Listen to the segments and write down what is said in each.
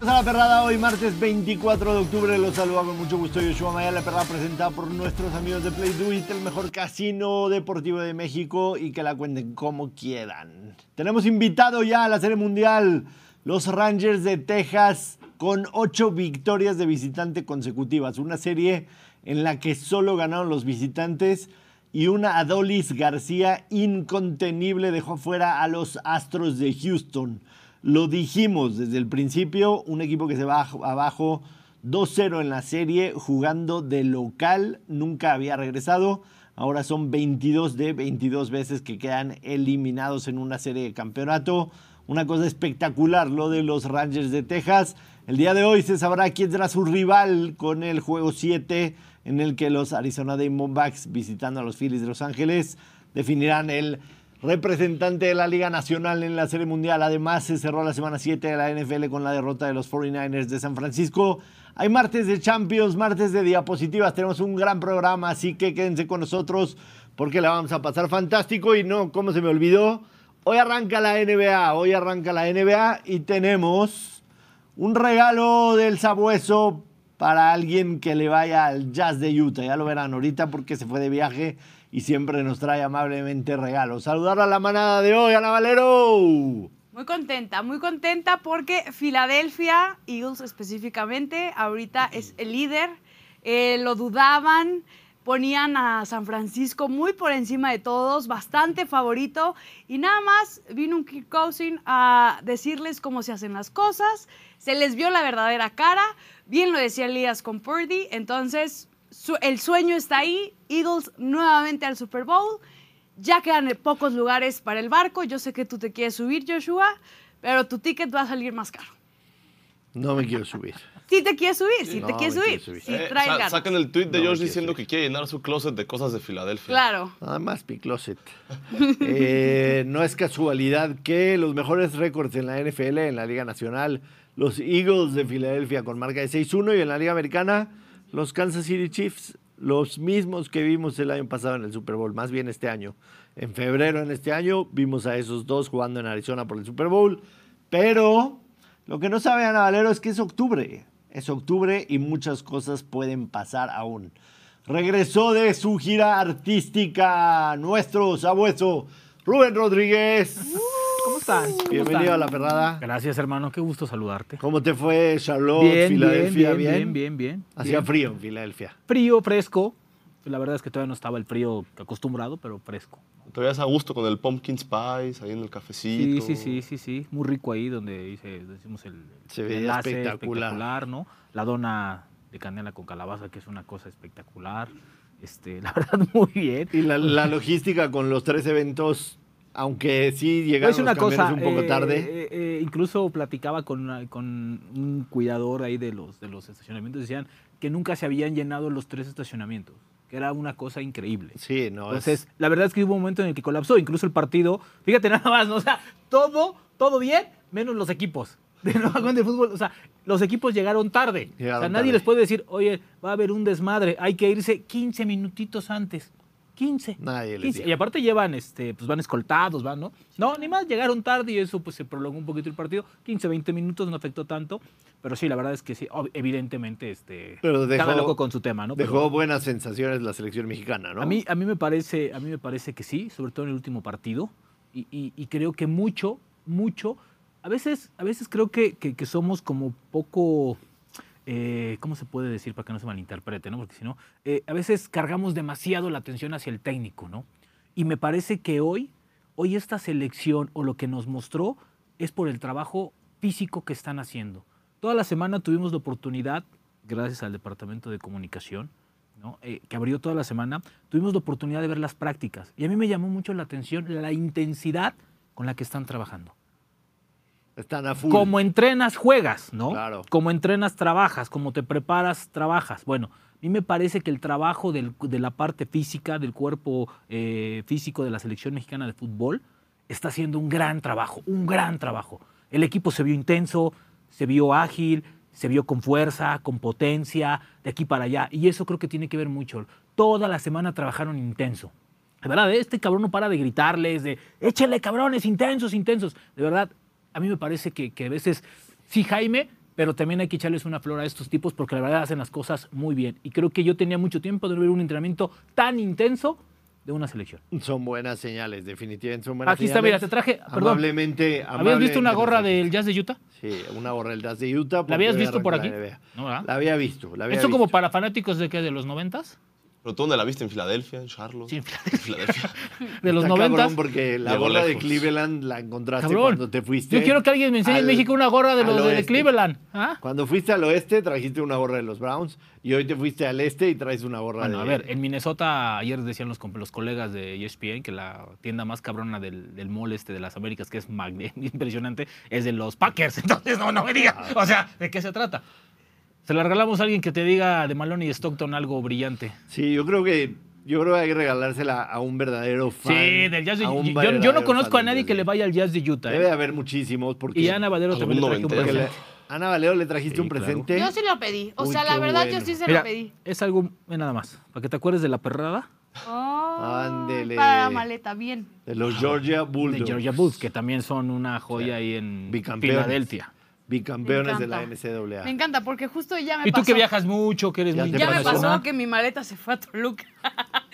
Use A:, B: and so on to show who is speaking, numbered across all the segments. A: Perrada, hoy martes 24 de octubre, los saluda con mucho gusto Yoshua Maya, la perrada presentada por nuestros amigos de Play Do It, el mejor casino deportivo de México y que la cuenten como quieran. Tenemos invitado ya a la Serie Mundial, los Rangers de Texas con ocho victorias de visitante consecutivas, una serie en la que solo ganaron los visitantes y una Adolis García incontenible dejó fuera a los Astros de Houston. Lo dijimos desde el principio, un equipo que se va abajo 2-0 en la serie, jugando de local, nunca había regresado. Ahora son 22 de 22 veces que quedan eliminados en una serie de campeonato. Una cosa espectacular lo de los Rangers de Texas. El día de hoy se sabrá quién será su rival con el juego 7 en el que los Arizona Diamondbacks visitando a los Phillies de Los Ángeles definirán el representante de la Liga Nacional en la Serie Mundial. Además, se cerró la semana 7 de la NFL con la derrota de los 49ers de San Francisco. Hay martes de Champions, martes de diapositivas. Tenemos un gran programa, así que quédense con nosotros porque la vamos a pasar fantástico. Y no, como se me olvidó, hoy arranca la NBA, hoy arranca la NBA y tenemos un regalo del sabueso para alguien que le vaya al jazz de Utah. Ya lo verán ahorita porque se fue de viaje y siempre nos trae amablemente regalos. Saludar a la manada de hoy, Ana Valero.
B: Muy contenta, muy contenta porque Filadelfia, Eagles específicamente, ahorita es el líder. Eh, lo dudaban, ponían a San Francisco muy por encima de todos, bastante favorito. Y nada más vino un Kirk Cousin a decirles cómo se hacen las cosas. Se les vio la verdadera cara. Bien lo decía Elías con Purdy. Entonces, su- el sueño está ahí. Eagles nuevamente al Super Bowl. Ya quedan pocos lugares para el barco. Yo sé que tú te quieres subir, Joshua, pero tu ticket va a salir más caro.
A: No me quiero subir.
B: Si te quieres subir, si
A: No,
B: te quieres
A: me
B: subir,
A: quiero subir.
B: si
C: Eh,
B: traes
C: sa-
B: ganas.
C: sacan el tweet de
A: No,
C: George
A: quiero
C: diciendo
A: subir.
C: que quiere llenar su closet de cosas de Filadelfia.
B: Claro.
A: Nada Ah, más mi closet. Eh, no es casualidad que los mejores récords en la NFL, en la Liga Nacional, los Eagles de Filadelfia con marca de 6-1 y en la Liga Americana, los Kansas City Chiefs, los mismos que vimos el año pasado en el Super Bowl, más bien este año. En febrero en este año vimos a esos dos jugando en Arizona por el Super Bowl, pero lo que no sabe Ana Valero es que es octubre. Es octubre y muchas cosas pueden pasar aún. Regresó de su gira artística nuestro sabueso Rubén Rodríguez.
D: ¿Cómo están? Uh, ¿Cómo
A: Bienvenido a
D: están?
A: La Perrada.
D: Gracias, hermano. Qué gusto saludarte.
A: ¿Cómo te fue Charlotte,
D: Bien, bien,
A: Filadelfia?
D: bien, bien, bien, bien.
A: Hacía
D: Bien.
A: frío en Filadelfia.
D: Frío, fresco. La verdad es que todavía no estaba el frío acostumbrado, pero fresco.
C: Te veías a gusto con el pumpkin spice ahí en el cafecito.
D: Sí, sí, sí, sí, sí. Muy rico ahí donde dice, decimos el
A: Se
D: el
A: veía
D: enlace
A: espectacular.
D: ¿no? La dona de canela con calabaza, que es una cosa espectacular. Este, la verdad, muy bien.
A: Y la, la logística con los tres eventos, aunque sí llegaron
D: es una
A: los camiones
D: cosa,
A: un poco
D: eh,
A: tarde.
D: eh, eh, incluso platicaba con, una- con un cuidador ahí de los, de los estacionamientos. Decían que nunca se habían llenado los tres estacionamientos, que era una cosa increíble.
A: sí, no, es-
D: Entonces, la verdad pues es que hubo un momento en el que colapsó, incluso el partido. Fíjate nada más, ¿no? o sea, todo, todo bien, menos los equipos. De nueva cuenta el fútbol, o sea, los equipos llegaron tarde. o sea,
A: Llegaron
D: nadie
A: tarde.
D: les puede decir, oye, va a haber un desmadre, hay que irse 15 minutitos antes. 15.
A: Nadie les
D: 15.
A: dijo.
D: Y aparte llevan, este, pues van escoltados, van, ¿no? No, ni más, llegaron tarde y eso pues se prolongó un poquito el partido. 15, 20 minutos, no afectó tanto. Pero sí, la verdad es que sí, ob- evidentemente, este,
A: Pero dejó-
D: cada loco con su tema, ¿no? Pero-
A: dejó buenas sensaciones la selección mexicana, ¿no?
D: a mí, a mí me parece, a mí me parece que sí, sobre todo en el último partido. Y, y- y creo que mucho, mucho. A veces, a veces creo que, que- que somos como poco. eh, ¿Cómo se puede decir para que no se malinterprete, no? Porque si no, eh, a veces cargamos demasiado la atención hacia el técnico, ¿no? Y me parece que hoy, hoy esta selección o lo que nos mostró es por el trabajo físico que están haciendo. Toda la semana tuvimos la oportunidad, gracias al Departamento de Comunicación, ¿no? Eh, que abrió toda la semana, tuvimos la oportunidad de ver las prácticas. Y a mí me llamó mucho la atención la intensidad con la que están trabajando.
A: Están a full.
D: Como entrenas, juegas, ¿no?
A: Claro.
D: Como entrenas, trabajas. Como te preparas, trabajas. Bueno, a mí me parece que el trabajo del- de la parte física, del cuerpo eh, físico de la selección mexicana de fútbol, está haciendo un gran trabajo, un gran trabajo. El equipo se vio intenso, se vio ágil, se vio con fuerza, con potencia, de aquí para allá. Y eso creo que tiene que ver mucho. Toda la semana trabajaron intenso. De verdad, este cabrón no para de gritarles, de échale cabrones, intensos, intensos. De verdad, a mí me parece que, que a veces, sí, Jaime, pero también hay que echarles una flor a estos tipos porque la verdad hacen las cosas muy bien. Y creo que yo tenía mucho tiempo de no ver un entrenamiento tan intenso de una selección.
A: Son buenas señales, definitivamente son buenas
D: Aquí está, mira,
A: señales.
D: te traje, perdón,
A: Amablemente,
D: ¿habías visto una
A: amablemente
D: gorra
A: nos-
D: del Jazz de Utah?
A: Sí, una gorra del Dallas de Utah. porque
D: habías
A: hoy
D: visto
A: arranca
D: por
A: la
D: aquí?
A: NBA.
D: No, ¿verdad?
A: La había visto, la había
D: Esto como
A: visto.
D: para fanáticos de qué, de los noventas,
C: Pero tú dónde la viste, en Filadelfia, en Charlotte.
D: Sí, en
C: Filadelfia.
D: de los
A: Está cabrón
D: noventas.
A: porque la
C: Llegó
A: gorra de
C: lejos.
A: Cleveland la encontraste
D: Cabrón.
A: cuando te fuiste.
D: Yo quiero que alguien me enseñe
A: al-
D: en México una gorra de
A: al
D: los de- de
A: oeste.
D: Cleveland. ¿ah?
A: Cuando fuiste al oeste trajiste una gorra de los Browns y hoy te fuiste al este y traes una gorra
D: Bueno,
A: de...
D: a ver, en Minnesota ayer decían los, com- los colegas de E ESPN que la tienda más cabrona del, del mall este de las Américas, que es magne- impresionante, es de los Packers. Entonces, no, no me digas. O sea, ¿de qué se trata? Se la regalamos a alguien que te diga de Malone y Stockton algo brillante.
A: Sí, yo creo que yo creo que hay que regalársela a un verdadero fan.
D: sí, del Jazz de
A: a un
D: Utah. Yo, yo no
A: verdadero
D: conozco a
A: fan del
D: nadie
A: Jazz
D: que
A: de
D: le vaya al Jazz de Utah. ¿eh?
A: Debe de haber muchísimos porque
D: Y Ana Valero
C: Algún
D: también le traje un
C: noventero.
A: porque le-
D: presente.
A: Ana Valero le trajiste
D: Sí,
A: un
D: claro.
A: presente.
B: Yo sí lo pedí. O
A: Uy,
B: sea, la
A: qué
B: verdad, yo
A: bueno.
B: sí se
D: Mira,
B: lo pedí.
D: es algo, ve nada más, para que te acuerdes de la perrada
B: Oh,
A: Ándele.
B: Para la maleta, bien.
A: De los Georgia
D: de
A: Bulldogs.
D: Georgia Bulls, que también son una joya ahí en
A: Bicampeones.
D: Filadelfia.
A: Bicampeones de la
B: encanta.
A: NCAA.
B: Me encanta porque justo ya me
D: Y
B: pasó.
D: tú que viajas mucho, que eres
A: Ya
D: muy
A: te
B: Ya me pasó
D: internacional.
B: que mi maleta se fue a Toluca.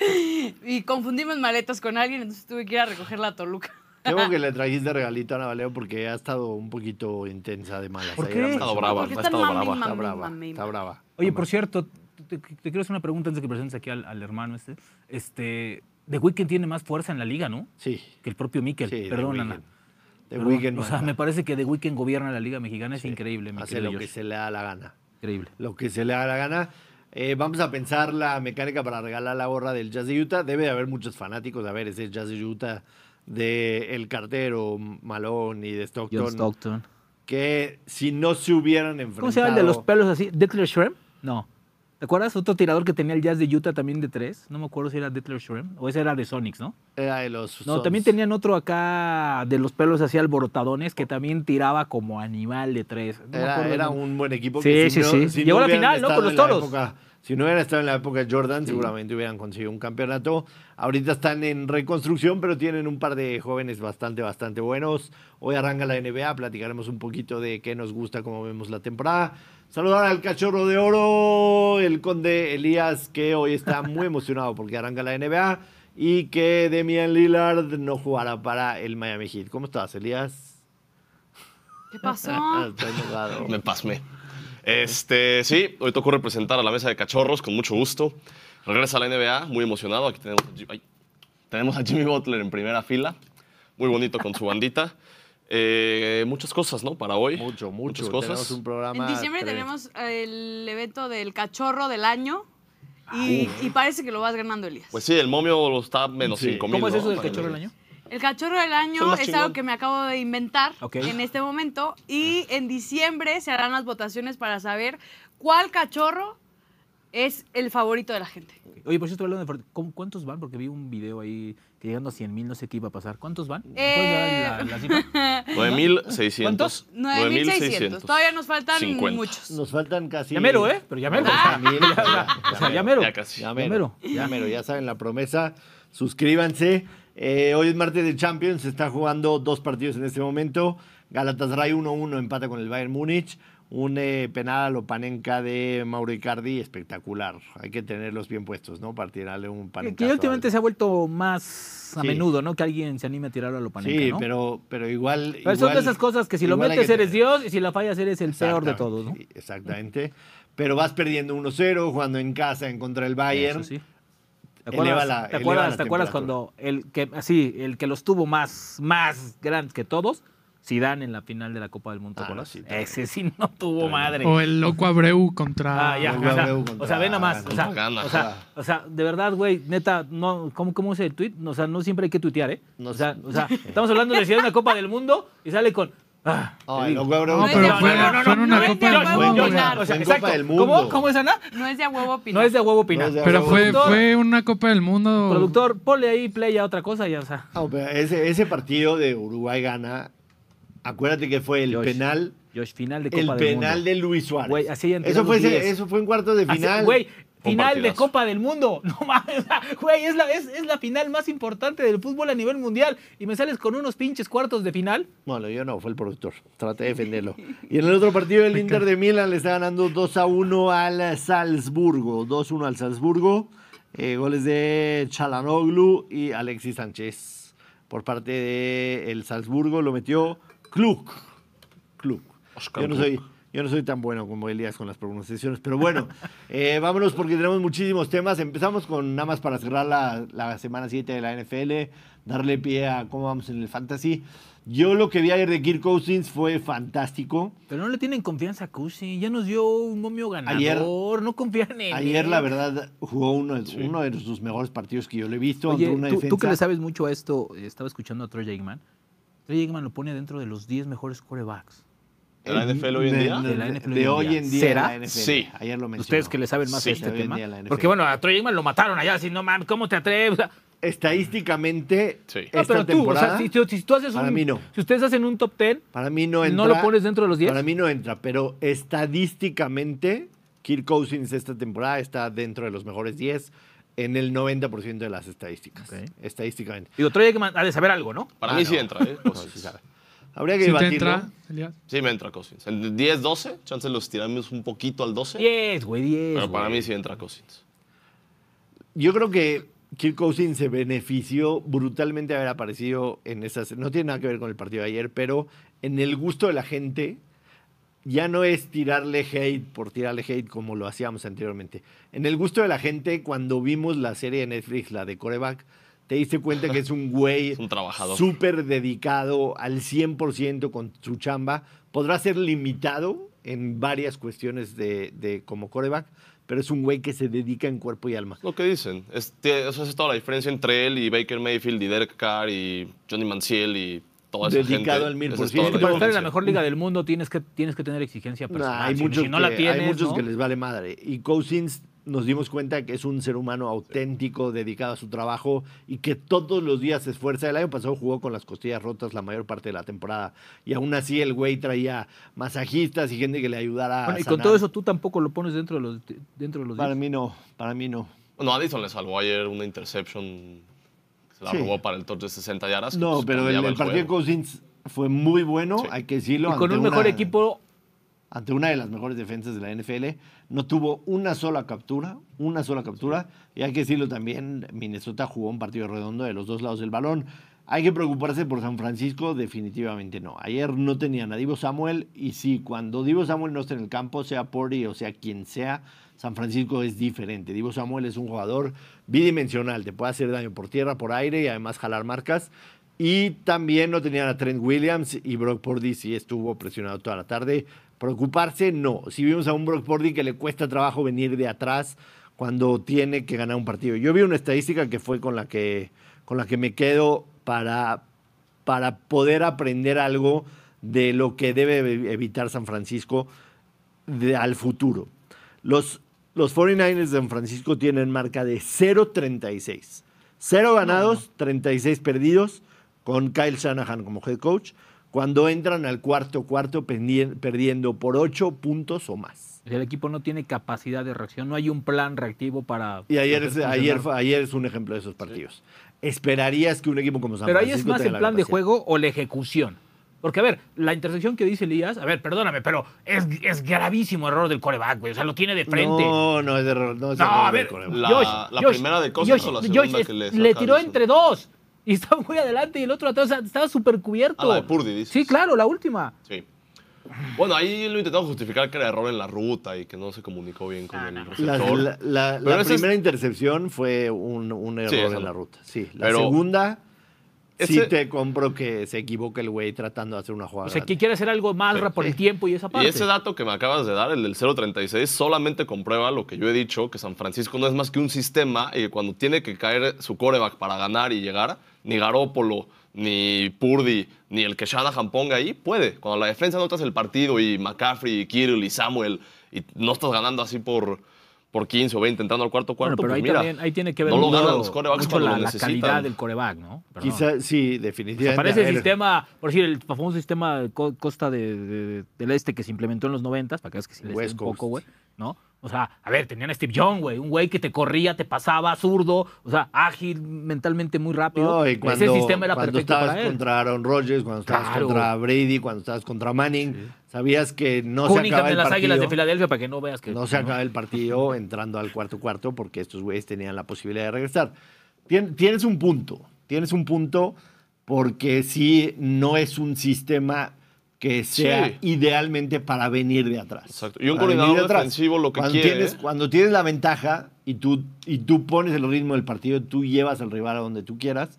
B: y confundimos maletas con alguien, entonces tuve que ir a recogerla a Toluca.
A: Creo que le trajiste regalito a Ana Valero porque ha estado un poquito intensa de malas.
D: ¿Por
A: Ahí
D: qué?
A: la
D: Ha
C: estado
A: pasó.
C: brava,
B: Porque
C: ha
B: están
C: estado
B: mami,
C: brava.
A: Está
B: mami,
A: brava,
B: mami,
A: está
B: mami.
A: brava.
D: Oye, por cierto, te, te- te quiero hacer una pregunta antes de que presentes aquí al, al hermano este. Este, The Weeknd tiene más fuerza en la liga, ¿no?
A: Sí,
D: Que el propio Mikel.
A: sí.
D: Perdón, Ana.
A: De
D: Perdón.
A: Weekend.
D: o sea, me parece que The Weeknd gobierna la liga mexicana. Es increíble, mi
A: Hace lo
D: querido
A: que
D: Josh.
A: se le da la gana.
D: Increíble.
A: Lo que se le da la gana. Eh, vamos a pensar la mecánica para regalar la gorra del Jazz de Utah. Debe de haber muchos fanáticos. A ver, ese Jazz de Utah de El Cartero, Malone y de Stockton.
D: John Stockton.
A: Que si no se hubieran enfrentado.
D: ¿Cómo se llama el de los pelos así? ¿Detler Schrem? No. ¿Te acuerdas otro tirador que tenía el jazz de Utah también de tres? No me acuerdo si era Detler Schrem o ese era de Sonics, ¿no?
A: Era de los
D: No,
A: Suns.
D: también tenían otro acá de los pelos así alborotadones que también tiraba como animal de tres. No me
A: Era,
D: acuerdo el
A: era
D: nombre.
A: un buen equipo.
D: Sí,
A: que
D: sí, sí. Llegó a la
A: hubieran
D: final, ¿no?
A: estado
D: Con los
A: en la
D: Toros.
A: época- si no hubieran estado en la época de Jordan, seguramente hubieran conseguido un campeonato. Ahorita están en reconstrucción, pero tienen un par de jóvenes bastante, bastante buenos. Hoy arranca la NBA, platicaremos un poquito de qué nos gusta, cómo vemos la temporada. Saludar al cachorro de oro, el conde Elías, que hoy está muy emocionado porque arranca la NBA y que Demian Lillard no jugará para el Miami Heat. ¿Cómo estás, Elías?
B: ¿Qué
A: Ah,
B: pasó?
A: está enojado.
C: Me pasmé. Este, sí, hoy tocó representar a la mesa de cachorros con mucho gusto. Regresa a la NBA, muy emocionado. Aquí tenemos a, Ji- ay. tenemos a Jimmy Butler en primera fila. Muy bonito con su bandita. Eh, muchas cosas, ¿no? Para hoy.
A: Mucho, mucho.
C: Muchas
A: Tenemos
C: cosas.
A: un programa.
B: En diciembre
A: tremendo.
B: tenemos el evento del cachorro del año y, y parece que lo vas ganando, Elías.
C: Ah. Pues sí, el momio lo está a menos
A: Sí.
C: 5 mil.
D: ¿Cómo es eso del cachorro del año?
B: El cachorro del
C: Son
B: año
C: más
B: es
C: chingón.
B: algo que me acabo de inventar
D: Ok.
B: en este momento y
C: Ah.
B: en diciembre se harán las votaciones para saber cuál cachorro es el favorito de la gente.
D: Oye, por cierto, hablando de Fortnite, ¿cómo- ¿cuántos van? Porque vi un video ahí que llegando a 100 mil, no sé qué iba a pasar. ¿Cuántos van? ¿Me puedes dar la- la cifra?
C: 9600.
B: 9.600. Todavía nos faltan
C: 50.
B: muchos.
A: Nos faltan casi.
D: Ya mero, ¿eh? Pero ya mero.
A: Ah.
D: O sea, ya mero.
C: Ya casi.
A: Ya
D: Ya
A: mero.
D: mero.
A: Ya mero, ya saben la promesa. Suscríbanse. Eh, hoy es martes de Champions. Se está jugando dos partidos en este momento. Galatasaray 1-1 empata con el Bayern Múnich. Un eh, penal o panenca de Mauro Icardi espectacular. Hay que tenerlos bien puestos, ¿no? Para tirarle un
D: Que-
A: panenca.
D: Que últimamente se ha vuelto más a
A: Sí.
D: menudo, ¿no? Que alguien se anime a tirarlo a lo panenca,
A: Sí,
D: ¿no?
A: pero, pero igual.
D: Pero son de
A: igual-
D: esas cosas que si lo
A: igual hay
D: metes
A: que
D: eres
A: tener-
D: Dios y si la fallas eres el peor de
A: Exactamente,
D: todos, ¿no?
A: sí, Exactamente. Pero vas perdiendo 1-0, jugando en casa en contra del Bayern.
D: Eso sí. ¿Te
A: Eleva
D: acuerdas,
A: la-
D: te
A: eleva
D: acuerdas-
A: la
D: te acuerdas cuando el que así, el que los tuvo más, más grandes que todos, Zidane en la final de la Copa del Mundo, ¿te
A: Ah,
D: acuerdas?
A: sí, también.
D: Ese sí no tuvo madre.
E: O el loco Abreu contra.
D: Ah, ya,
A: Luego
D: o sea,
A: Abreu
D: o sea,
A: contra-
D: ve nomás. O sea,
C: contra Ghana.
D: o sea, o sea, de verdad, güey, neta, no, ¿cómo, ¿cómo es el tweet? O sea, no siempre hay que tuitear, ¿eh?
A: No
D: o sea, o sea, estamos hablando de si hay una Copa del Mundo y sale con. Ah, te
A: Ay,
D: digo.
A: loco Abreu,
E: No,
A: pero-
E: pero fue- fue en una
B: no es
E: Copa
B: de
E: del
B: a huevo
A: Mundo.
D: Yo-
B: opinar,
D: o sea,
A: Fue en
D: exacto.
A: Copa del Mundo.
D: ¿Cómo, ¿Cómo es Ana?
B: No es de a huevo opinar.
D: No es de a huevo
A: No
D: opinar.
A: es de a
E: Pero fue,
A: Productor.
E: fue una Copa del Mundo.
D: Productor, ponle ahí play a otra cosa y ya, o sea.
A: No, pero ese, ese partido de Uruguay gana. Acuérdate que fue el
D: Josh,
A: penal.
D: Josh, final de Copa
A: El
D: del Mundo.
A: penal de Luis Suárez.
D: Güey, así hayan
A: eso,
D: tirado
A: fue ese-
D: diez.
A: eso fue en cuartos de
D: Así-
A: final.
D: Güey, Final de
C: partidazo.
D: Copa del Mundo. No mames, o sea, güey, es la, es, es la final más importante del fútbol a nivel mundial. Y me sales con unos pinches cuartos de final.
A: Bueno, yo no, fue el productor. Traté de defenderlo. Y en el otro partido, el Inter de Milán le está ganando 2 a 1 al Salzburgo. 2 1 al Salzburgo. Eh, goles de Chalanoglu y Alexis Sánchez. Por parte del Salzburgo lo metió Kluk. Kluk.
C: Oscar
A: Yo no,
C: Kluk.
A: soy, yo no soy tan bueno como Elías con las pronunciaciones, pero bueno, eh, vámonos porque tenemos muchísimos temas. Empezamos con nada más para cerrar la, la semana 7 de la NFL, darle pie a cómo vamos en el fantasy. Yo lo que vi ayer de Kirk Cousins fue fantástico.
D: Pero no le tienen confianza a Cusi. Ya nos dio un momio ganador.
A: Ayer-
D: no confían en
A: Ayer,
D: él.
A: la verdad, jugó uno de, uno de sus mejores partidos que yo le he visto.
D: Oye,
A: ante una
D: tú, tú que
A: defensa-
D: le sabes mucho a esto, eh, estaba escuchando a Troy Aikman. Troy Aikman lo pone dentro de los 10 mejores corebacks.
C: ¿De la NFL hoy en
A: de-
C: día?
A: De,
D: De la NFL
A: de
D: hoy
A: hoy
D: en día.
A: en día.
D: ¿Será?
A: de la NFL.
C: Sí.
A: Ayer lo mencionó.
D: Ustedes que le saben más
C: Sí,
D: a este
A: hoy en
D: tema.
A: día la NFL.
D: Porque bueno, a Troy Aikman lo mataron allá, así no mames, ¿cómo te atreves? O sea,
A: Estadísticamente,
C: Sí. No,
A: esta
D: no, Ah, pero tú, o
A: temporada...
D: sea, si, si- si tú haces
A: para
D: un-
A: mí no.
D: si ustedes hacen un top 10,
A: Para mí no entra.
D: ¿No lo pones dentro de los 10?
A: Para mí no entra, pero estadísticamente, Kirk Cousins esta temporada está dentro de los mejores 10 en el 90% de las estadísticas.
D: Ok.
A: Estadísticamente.
D: digo, Troy Aikman ha de saber algo, ¿no?
C: Para
A: Ah,
C: mí
A: no.
C: sí entra, ¿eh?
A: No, sí
C: Cousins.
A: sabe. Habría que
E: Si te
A: debatirlo.
E: entra, Elías.
C: Sí me entra Cousins. En 10, 12, chance los tiramos un poquito al 12.
D: 10, güey, 10.
C: pero para
D: güey.
C: mí sí entra Cousins.
A: Yo creo que Kirk Cousins se benefició brutalmente de haber aparecido en esas. No tiene nada que ver con el partido de ayer, pero en el gusto de la gente ya no es tirarle hate por tirarle hate como lo hacíamos anteriormente. En el gusto de la gente, cuando vimos la serie de Netflix, la de Coreback, te diste cuenta que es un güey
C: Es un trabajador.
A: súper dedicado al 100% con su chamba. Podrá ser limitado en varias cuestiones de, de como coreback, pero es un güey que se dedica en cuerpo y alma.
C: Lo que dicen. Es, tie- esa es toda la diferencia entre él y Baker Mayfield y Derek Carr y Johnny Manciel y toda esa gente.
A: Dedicado al mil
C: Esa es
A: por
C: toda
A: ciento.
D: Para estar en
C: diferencia.
D: la mejor liga del mundo tienes que, tienes que tener exigencia
A: Nah,
D: personal.
A: hay
D: Pues, Si-
A: muchos,
D: si no
A: que,
D: la tienes,
A: hay muchos
D: ¿no?
A: que les vale madre. Y Cousins nos dimos cuenta que es un ser humano auténtico, dedicado a su trabajo y que todos los días se esfuerza. El año pasado jugó con las costillas rotas la mayor parte de la temporada y aún así el güey traía masajistas y gente que le ayudara
D: Bueno,
A: a
D: y con
A: sanar.
D: todo eso tú tampoco lo pones dentro de los dentro de los
A: Para
D: 10.
A: mí no, para mí no.
C: Bueno, Addison le salvó ayer una interception. Se la
A: Sí.
C: robó para el touch de 60 yardas.
A: No,
C: pues,
A: pero el,
C: cambiaba
A: el partido de
C: juego.
A: Cousins fue muy bueno,
C: Sí.
A: hay que decirlo.
D: Y con
A: ante
D: un mejor
A: una-
D: equipo
A: ante una de las mejores defensas de la NFL, no tuvo una sola captura, una sola captura. Y hay que decirlo también, Minnesota jugó un partido redondo de los dos lados del balón. ¿Hay que preocuparse por San Francisco? Definitivamente no. Ayer no tenían a Divo Samuel y sí, cuando Divo Samuel no está en el campo, sea Pori o sea quien sea, San Francisco es diferente. Divo Samuel es un jugador bidimensional, te puede hacer daño por tierra, por aire y además jalar marcas. Y también no tenían a Trent Williams y Brock Purdy sí estuvo presionado toda la tarde. Preocuparse, no. Si vimos a un Brock Purdy que le cuesta trabajo venir de atrás cuando tiene que ganar un partido. Yo vi una estadística que fue con la que, con la que me quedo para, para poder aprender algo de lo que debe evitar San Francisco de- al futuro. Los, los 49ers de San Francisco tienen marca de 0-36. 0 ganados, 36 perdidos, con Kyle Shanahan como head coach, cuando entran al cuarto cuarto pendi- perdiendo por 8 puntos o más.
D: el equipo no tiene capacidad de reacción, no hay un plan reactivo para
A: Y ayer es,
D: hacer
A: ayer,
D: funcionar.
A: fue- ayer es un ejemplo de esos partidos. ¿Esperarías que un equipo como San
D: Pero ahí es
A: Francisco
D: más
A: tenga
D: el
A: la
D: plan de
A: capacidad?
D: juego o la ejecución. Porque, a ver, la intersección que dice Elías, a ver, perdóname, pero es, es gravísimo error del coreback, güey. O sea, lo tiene de frente.
A: No, no es de error. No, es
D: No,
A: error del
D: a ver,
A: coreback.
C: La- la primera de Cousins o la segunda que le saca
D: le tiró
C: Addison.
D: entre dos. Y estaba muy adelante y el otro atrás. O sea, estaba súper cubierto.
C: Ah, la de Purdy, dices.
D: Sí, claro, la última.
C: Sí. Bueno, ahí lo intentaron justificar que era error en la ruta y que no se comunicó bien con
D: Ah,
C: el
D: no.
A: La,
C: receptor.
A: la- la- la
C: Pero esa es-
A: primera intercepción fue un, un error
C: Sí, esa
A: en la
C: no.
A: ruta. Sí, la
C: Pero-
A: segunda sí
C: Ese-
A: te compro que se equivoca el güey tratando de hacer una jugada.
D: O sea,
A: grande.
D: que quiere hacer algo más
C: Sí.
D: ra- por el
A: Sí.
D: tiempo y esa parte.
C: Y ese dato que me acabas de dar, el del 036, solamente comprueba lo que yo he dicho, que San Francisco no es más que un sistema y que cuando tiene que caer su coreback para ganar y llegar, ni Garópolo, ni Purdy, ni el que Shanahan ponga ahí, puede. Cuando la defensa no te hace el partido y McCaffrey, y Kirill y Samuel, y no estás ganando así por, por 15 o 20 entrando al cuarto
D: Bueno,
C: cuarto,
D: pero
C: pues
D: ahí,
C: mira,
D: también, ahí tiene que ver
C: no lo
D: mucho-
C: ganan los corebacks
D: mucho
C: cuando
D: la,
C: lo
D: la
C: necesitan.
D: calidad del coreback, ¿no? Perdón.
A: Quizá, sí,
D: O sea,
A: definitivamente.
D: para ese
A: A ver,
D: sistema, por decir, el famoso sistema de co- costa de- de- del este que se implementó en los 90, para que veas que sí le sé
A: West
D: un poco,
A: Coast.
D: güey. ¿no? O sea, a ver, tenían a Steve Young, güey, un güey que te corría, te pasaba, zurdo, o sea, ágil, mentalmente muy rápido.
A: No, y
D: Ese sistema era
A: cuando
D: perfecto
A: estabas
D: para él.
A: contra Aaron Rodgers, cuando estabas
D: Claro.
A: contra Brady, cuando estabas contra Manning, sabías que no se acaba
D: Cúnicame
A: el
D: las águilas de
A: partido.
D: Filadelfia para que no veas que.
A: No se acaba el partido entrando al cuarto cuarto porque estos güeyes tenían la posibilidad de regresar. Tien- tienes un punto, tienes un punto porque sí no es un sistema que sea
C: Sí.
A: idealmente para venir de atrás.
C: Exacto. Y un
A: Para venir
C: coordinador
A: de atrás.
C: defensivo lo que
A: cuando
C: quiere-
A: Tienes, cuando tienes la ventaja y tú, y tú pones el ritmo del partido, tú llevas al rival a donde tú quieras,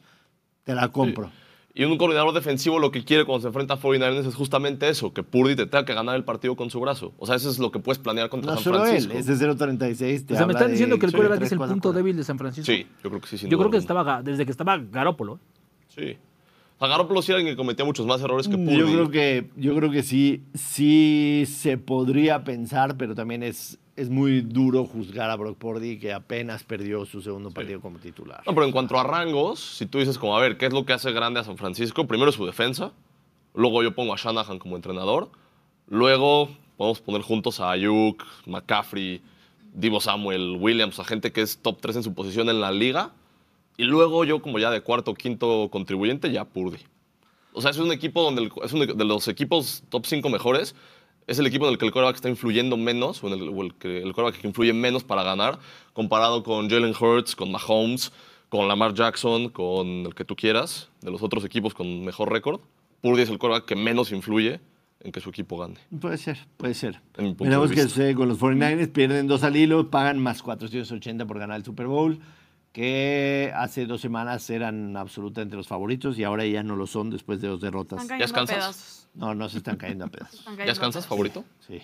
A: te la compro.
C: Y un coordinador defensivo lo que quiere cuando se enfrenta a 49ers es justamente eso, que Purdy te tenga que ganar el partido con su brazo. O sea, eso es lo que puedes planear contra
A: No
C: San
A: solo él,
C: Francisco.
A: ese 0.36. te
D: O sea, me
A: habla
D: están
A: de-
D: diciendo que el
A: sí,
D: quarterback
A: tres,
D: es el
A: cuatro,
D: punto
A: cuatro.
D: débil de San Francisco.
C: Sí, yo creo que sí, sin
D: Yo
C: duda
D: creo que
C: alguna.
D: estaba Ga- desde que estaba Garópolo. ¿eh?
C: Sí. O sea, Garoppolo sí era alguien que cometía muchos más errores que Purdy.
A: Mm, Yo creo que, yo creo que sí, sí se podría pensar, pero también es, es muy duro juzgar a Brock Purdy que apenas perdió su segundo partido como titular.
C: No, pero en cuanto a rangos, si tú dices como, a ver, ¿qué es lo que hace grande a San Francisco? Primero su defensa, luego yo pongo a Shanahan como entrenador, luego podemos poner juntos a Ayuk, McCaffrey, Divo Samuel, Williams, a gente que es top 3 en su posición en la liga, y luego yo como ya de cuarto o quinto contribuyente, ya Purdy. O sea, es un equipo donde el- es uno de los equipos top 5 mejores. Es el equipo en el que el quarterback está influyendo menos, o, en el, o el que el quarterback que influye menos para ganar, comparado con Jalen Hurts, con Mahomes, con Lamar Jackson, con el que tú quieras, de los otros equipos con mejor récord. Purdy es el quarterback que menos influye en que su equipo gane.
A: Puede ser, puede ser.
C: En mi punto
A: Veremos
C: de
A: qué
C: vista.
A: sucede con los 49ers. Pierden dos al hilo, pagan más 480 por ganar el Super Bowl, que hace dos semanas eran absolutamente los favoritos y ahora ya no lo son después de dos derrotas.
B: Están cayendo a
C: descansas?
B: pedazos.
A: No, no se están cayendo a pedazos.
B: Están
C: ¿Ya
B: cayendo a
C: descansas,
B: pedazos.
C: favorito?
A: Sí.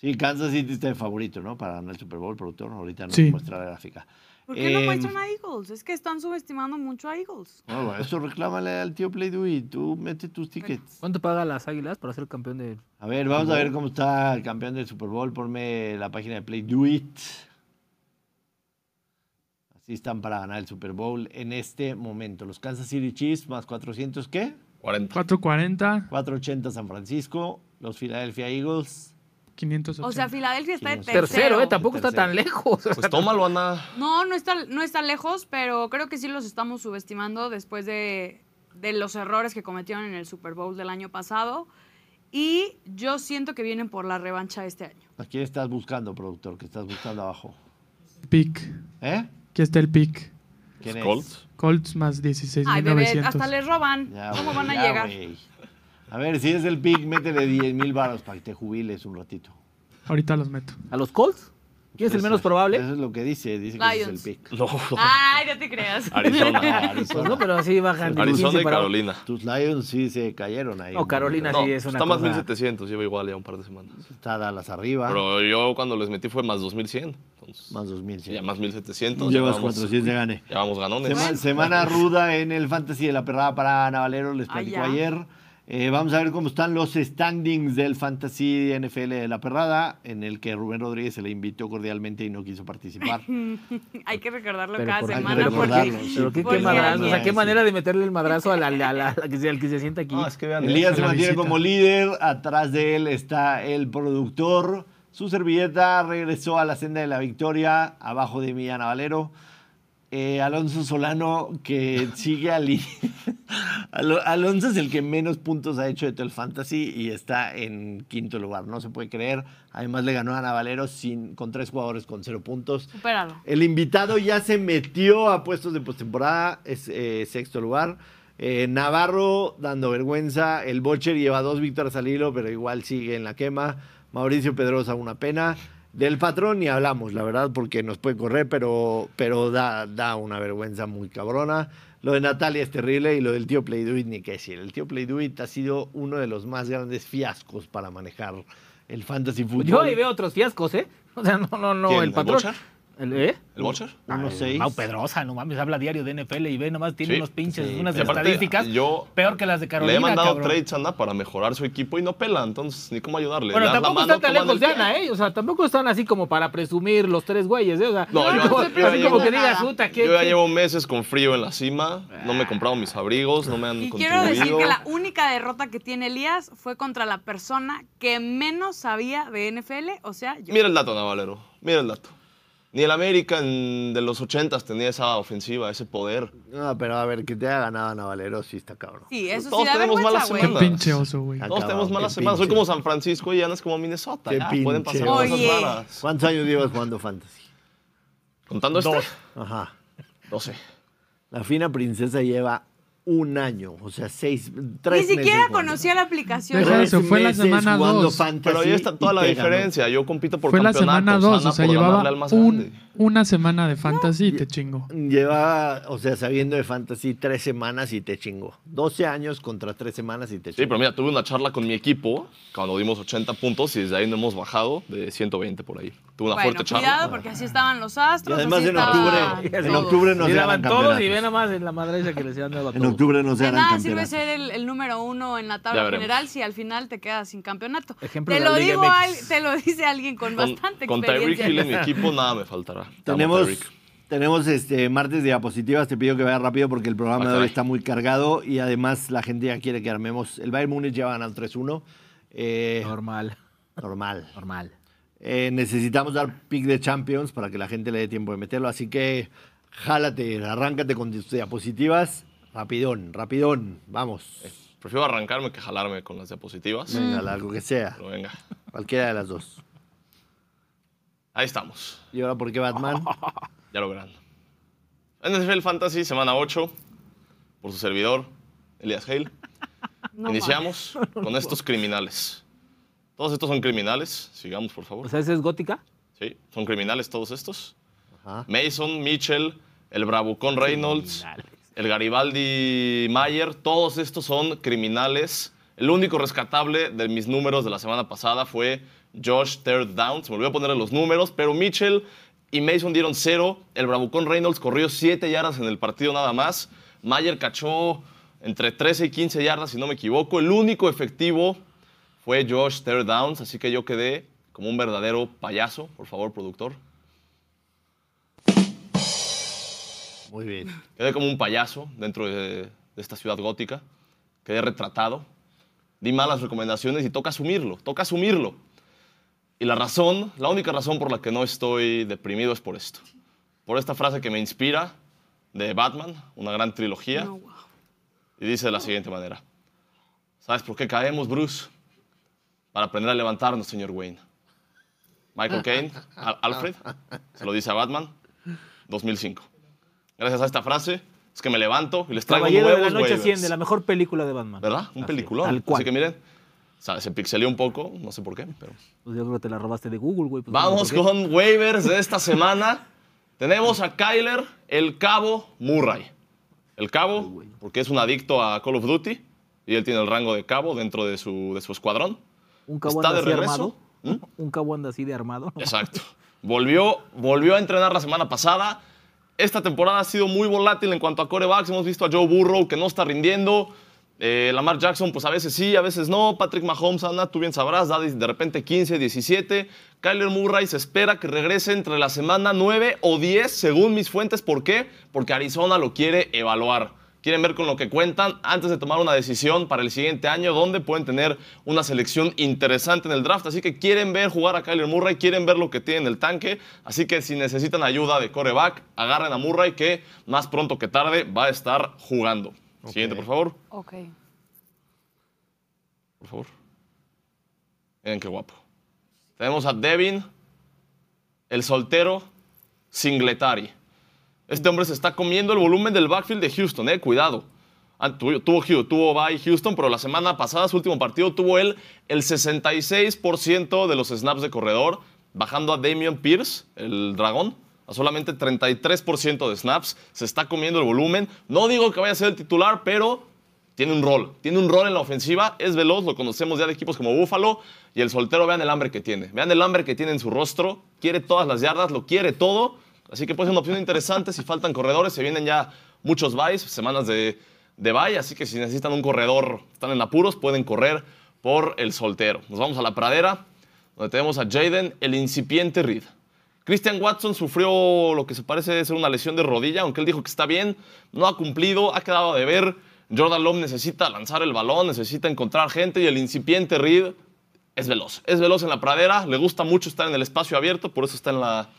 A: Sí, Kansas City está de favorito, ¿no? Para ganar el Super Bowl, productor. Ahorita nos
E: Sí.
A: muestra la gráfica.
B: ¿Por qué
C: Eh,
B: no
A: Em,
B: muestran a Eagles? Es que están subestimando mucho a Eagles.
A: No, bueno, eso reclámale al tío Playdo y tú mete tus tickets.
D: ¿Cuánto paga las águilas para ser campeón de.?
A: A ver, vamos a ver cómo está el campeón del Super Bowl. Ponme la página de Play Do It. Así están para ganar el Super Bowl en este momento. Los Kansas City Chiefs más 400, ¿qué?
C: 40.
E: 440,
A: 480 San Francisco. Los Philadelphia Eagles.
E: 580.
B: O sea, Filadelfia está de
A: Sí,
B: tercero.
D: Tercero, ¿eh? Tampoco está
A: Tercero.
D: tan lejos. O sea,
C: Pues tómalo, Ana.
B: No, no está, no está lejos, pero creo que sí los estamos subestimando después de, de los errores que cometieron en el Super Bowl del año pasado. Y yo siento que vienen por la revancha este año.
A: ¿A quién estás buscando, productor? ¿Qué estás buscando abajo?
E: Pick.
A: ¿Eh?
E: Aquí está el pick.
A: ¿Quién
C: Los
A: es?
C: Colts.
E: Colts más
B: Ay, bebé,
E: 16,900.
B: hasta les roban.
A: Ya,
B: ¿Cómo
A: güey,
B: van a
A: ya,
B: llegar?
A: güey. A ver, si es el pick, métele 10 mil baros para que te jubiles un ratito.
E: Ahorita los meto.
D: ¿A los Colts? ¿Quién es el
A: Eso-
D: menos probable?
A: Eso es lo que dice, dice que ese es
B: Lions.
A: el pick.
C: No.
B: Ay, no te creas.
C: Arizona.
D: Pues no, pero así bajan. de
C: Arizona
D: 15
C: y
D: para-
C: Carolina.
A: Tus Lions sí se cayeron ahí.
D: No, Carolina
C: No,
D: sí es una
C: está más
D: cosa-
C: 1700, lleva igual ya un par de semanas.
A: Está Dallas arriba,
C: Pero yo cuando les metí fue más 2100. Entonces,
A: más 2.000.
C: ya más 1700.
A: Llevas
C: ya vamos-
A: 400 de gane.
C: Ya vamos ganones.
A: Sema- semana ruda en el fantasy de la perrada para Ana Valero, les platicó
B: Ah, ya.
A: ayer. Eh, vamos a ver cómo están los standings del fantasy NFL de la perrada, en el que Rubén Rodríguez se le invitó cordialmente y no quiso participar.
B: Hay que recordarlo
D: Pero
B: cada
D: por-
A: hay que
B: semana
D: pero por-
A: recordarlo,
B: porque...
A: sí.
D: Pero qué, qué
B: porque-
D: madrazo. O sea, qué
A: Sí.
D: manera de meterle el madrazo a la, la- la- la que se- al que ¿eh? se sienta aquí.
C: No, es que vean.
A: Elías se
E: la
A: mantiene
E: visita.
A: como líder, atrás de él está el productor. Su servilleta regresó a la senda de la victoria, abajo de Millán Valero. Eh, Alonso Solano, que sigue al líder. Alo- Alonso es el que menos puntos ha hecho de todo el fantasy y está en quinto lugar, no se puede creer. Además le ganó a Ana Valero sin, con tres jugadores con cero puntos.
B: Supéralo.
A: El invitado ya se metió a puestos de postemporada, es eh, sexto lugar. Eh, Navarro dando vergüenza. El Bocher lleva dos victorias al hilo, pero igual sigue en la quema. Mauricio Pedrosa, una pena. Del patrón ni hablamos, la verdad, porque nos puede correr, pero, pero da, da una vergüenza muy cabrona. Lo de Natalia es terrible y lo del tío Playduit ni qué decir. El tío Playduit ha sido uno de los más grandes fiascos para manejar el fantasy fútbol.
D: Yo ahí veo otros fiascos, ¿eh? O sea, no, no, no.
C: ¿Quién,
D: El
C: el
D: patrón.
C: Bocha?
D: ¿El, ¿Eh?
C: ¿El Bocher?
A: Uno, seis.
D: Mau Pedrosa, no mames, habla diario de NFL y ve, nomás tiene
C: Sí,
D: unos pinches,
A: sí.
D: unas
C: Y aparte,
D: estadísticas
C: yo
D: peor que las de Carolina.
C: le he mandado
D: cabrón.
C: trades a Ana para mejorar su equipo y no pela, entonces ni cómo ayudarle.
D: Bueno,
C: Le das la
D: tampoco
C: mano,
D: están tan
C: toman
D: lejos de
C: el pie.
D: Ana, ¿eh? O sea, tampoco están así como para presumir los tres güeyes, ¿eh? O sea,
C: No, yo-
D: como-
C: yo ya
D: así como
C: llevo-
D: que digas, puta, ¿qué?
C: Yo ya
D: qué- Ah.
C: llevo meses con frío en la cima, no me he comprado mis abrigos, no me han
B: Y quiero
C: contribuido.
B: decir que la única derrota que tiene Elías fue contra la persona que menos sabía de NFL, o sea, yo.
C: Mira el dato, Navalero, mira el dato. Ni el América en- de los 80 tenía esa ofensiva, ese poder.
A: No, pero a ver, que te haya ganado Navalero, sí está cabrón.
B: Sí, eso sí
C: Todos
B: da
C: tenemos
B: vergüenza,
C: malas
E: Qué
B: güey.
C: semanas.
E: pinche oso, güey.
A: Ah,
C: Todos
A: cabrón,
C: tenemos malas
A: qué
C: semanas. Soy
A: pinche.
C: como San Francisco y Ana es como Minnesota.
A: Qué
C: ya, pueden
A: pinche.
C: pasar cosas
B: Oye.
C: raras.
A: ¿Cuántos años llevas jugando fantasy?
C: ¿Contando este, esto?
A: Ajá.
C: 12.
A: Pues La fina princesa lleva un año, o sea, seis,
B: Ni
A: tres meses
B: siquiera
A: jugando.
B: conocía la aplicación.
E: Deja
A: Tres
E: eso, fue la
A: meses
E: semana
A: jugando
E: dos.
A: fantasy
C: Pero ahí está toda
A: y
C: la
A: te ganó.
C: diferencia. Yo compito por
E: Fue la semana
C: campeonatos,
E: 2,
C: Ana
E: o sea,
C: por
E: llevaba
C: ganarle al más
E: un,
C: grande.
E: una semana de fantasy y te chingo.
A: Lleva, o sea, sabiendo de fantasy tres semanas y te chingo. 12 años contra tres semanas y te
C: Sí,
A: chingo.
C: pero mira, tuve una charla con mi equipo cuando dimos 80 puntos y desde ahí no hemos bajado de 120 por ahí. Tuve una
B: Bueno,
C: fuerte charla.
B: cuidado porque así estaban los
A: Y
B: astros.
A: además
B: así
A: en
B: estaban
A: octubre, en
B: Ah, todos.
A: octubre no
D: Y
A: se
D: daban
A: harán
D: todos y ve
A: campeonatos.
D: nomás en la madreza que les han dado a
A: En
D: todos.
A: octubre no se
B: De
A: harán
B: nada sirve
A: campeonatos.
B: ser el, el número uno en la tabla
C: Ya veremos.
B: general si al final te quedas sin campeonato.
D: Ejemplo
B: te
D: de
B: lo
D: la Liga
B: digo,
D: MX.
B: al- te lo dice alguien con,
C: Con,
B: bastante
C: con Tyreek
B: experiencia.
C: Hill en mi equipo nada me faltará. Te amo,
A: Tenemos,
C: Tyreek.
A: tenemos este martes diapositivas, te pido que vaya rápido porque el programa
C: Ah,
A: de hoy
C: caray.
A: está muy cargado y además la gente ya quiere que armemos. El Bayern Múnich ya va ganando 3-1. eh,
D: Normal,
A: normal.
D: normal.
A: Eh, necesitamos dar pick de Champions para que la gente le dé tiempo de meterlo. Así que jálate, arráncate con tus diapositivas. Rapidón, rapidón. Vamos.
C: Prefiero arrancarme que jalarme con las diapositivas.
B: Mm.
A: Venga, algo que sea.
C: Pero venga,
A: Cualquiera de las dos.
C: ahí estamos.
A: ¿Y ahora por qué Batman?
C: Ya lo verán. NFL Fantasy, semana 8, por su servidor, Elias Hale.
B: No
C: Iniciamos con estos criminales. Todos estos son criminales, sigamos por favor.
D: O sea, ¿esa es gótica?
C: Sí, son criminales todos estos.
A: Ajá.
C: Mason, Mitchell, el Bravucón Reynolds,
D: Criminales.
C: el Garibaldi Mayer, todos estos son criminales. El único rescatable de mis números de la semana pasada fue Josh Third Down. Se me olvidó ponerle los números, pero Mitchell y Mason dieron cero. El Bravucón Reynolds corrió 7 yardas en el partido nada más. Mayer cachó entre 13 y 15 yardas, si no me equivoco. El único efectivo fue Josh Third Downs, así que yo quedé como un verdadero payaso. Por favor, productor.
A: Muy bien.
C: Quedé como un payaso dentro de, de esta ciudad gótica. Quedé retratado. Di malas recomendaciones y toca asumirlo, toca asumirlo. Y la razón, la única razón por la que no estoy deprimido es por esto. Por esta frase que me inspira de Batman, una gran trilogía,
B: No, wow.
C: y dice de la siguiente manera. ¿Sabes por qué caemos, Bruce? Para aprender a levantarnos, señor Wayne. Michael Caine, Al- Alfred, se lo dice a Batman, 2005. Gracias a esta frase es que me levanto y les traigo
D: Caballero de
C: nuevos
D: la Noche
C: waivers.
D: asciende, la mejor película de Batman.
C: ¿Verdad? Un
D: Así,
C: peliculón.
D: Tal cual.
C: Así que miren, o sea, se pixeleó un poco, no sé por qué, pero...
D: Pues yo creo que te la robaste de Google, güey. pues,
C: Vamos
D: no sé por qué.
C: con waivers de esta semana. Tenemos a Kyler, el cabo Murray. El cabo, porque es un adicto a Call of Duty y él tiene el rango de cabo dentro de su, de su escuadrón.
D: Un cabo
C: ¿Está
D: anda
C: de
D: así
C: regreso? ¿Mm?
D: armado. Un cabo anda así de armado.
C: Exacto. Volvió, volvió a entrenar la semana pasada. Esta temporada ha sido muy volátil en cuanto a corebacks. Hemos visto a Joe Burrow que no está rindiendo. Eh, Lamar Jackson, pues a veces sí, a veces no. Patrick Mahomes, Ana, tú bien sabrás, da de de repente 15, 17. Kyler Murray se espera que regrese entre la semana 9 o 10, según mis fuentes. ¿Por qué? Porque Arizona lo quiere evaluar. Quieren ver con lo que cuentan antes de tomar una decisión para el siguiente año, donde pueden tener una selección interesante en el draft. Así que quieren ver jugar a Kyler Murray, quieren ver lo que tiene en el tanque. Así que si necesitan ayuda de coreback, agarren a Murray, que más pronto que tarde va a estar jugando. Siguiente, por favor.
B: Ok.
C: Por favor. Miren qué guapo. Tenemos a Devin, el soltero Singletary. Este hombre se está comiendo el volumen del backfield de Houston, eh, cuidado. Ah, tuvo, tuvo, Hu- tuvo bye Houston, pero la semana pasada, su último partido, tuvo él el 66% de los snaps de corredor, bajando a Damian Pierce, el dragón, a solamente 33% de snaps. Se está comiendo el volumen. No digo que vaya a ser el titular, pero tiene un rol. Tiene un rol en la ofensiva, es veloz, lo conocemos ya de equipos como Buffalo. Y el soltero, vean el hambre que tiene. Vean el hambre que tiene en su rostro. Quiere todas las yardas, lo quiere todo. Así que puede ser una opción interesante si faltan corredores. Se vienen ya muchos buys, semanas de, de buy, así que si necesitan un corredor, están en apuros, pueden correr por el soltero. Nos vamos a la pradera, donde tenemos a Jaden, el incipiente Reed. Christian Watson sufrió lo que se parece ser una lesión de rodilla, aunque él dijo que está bien, no ha cumplido, ha quedado de ver. Jordan Love necesita lanzar el balón, necesita encontrar gente y el incipiente Reed es veloz. Es veloz en la pradera, le gusta mucho estar en el espacio abierto, por eso está en la,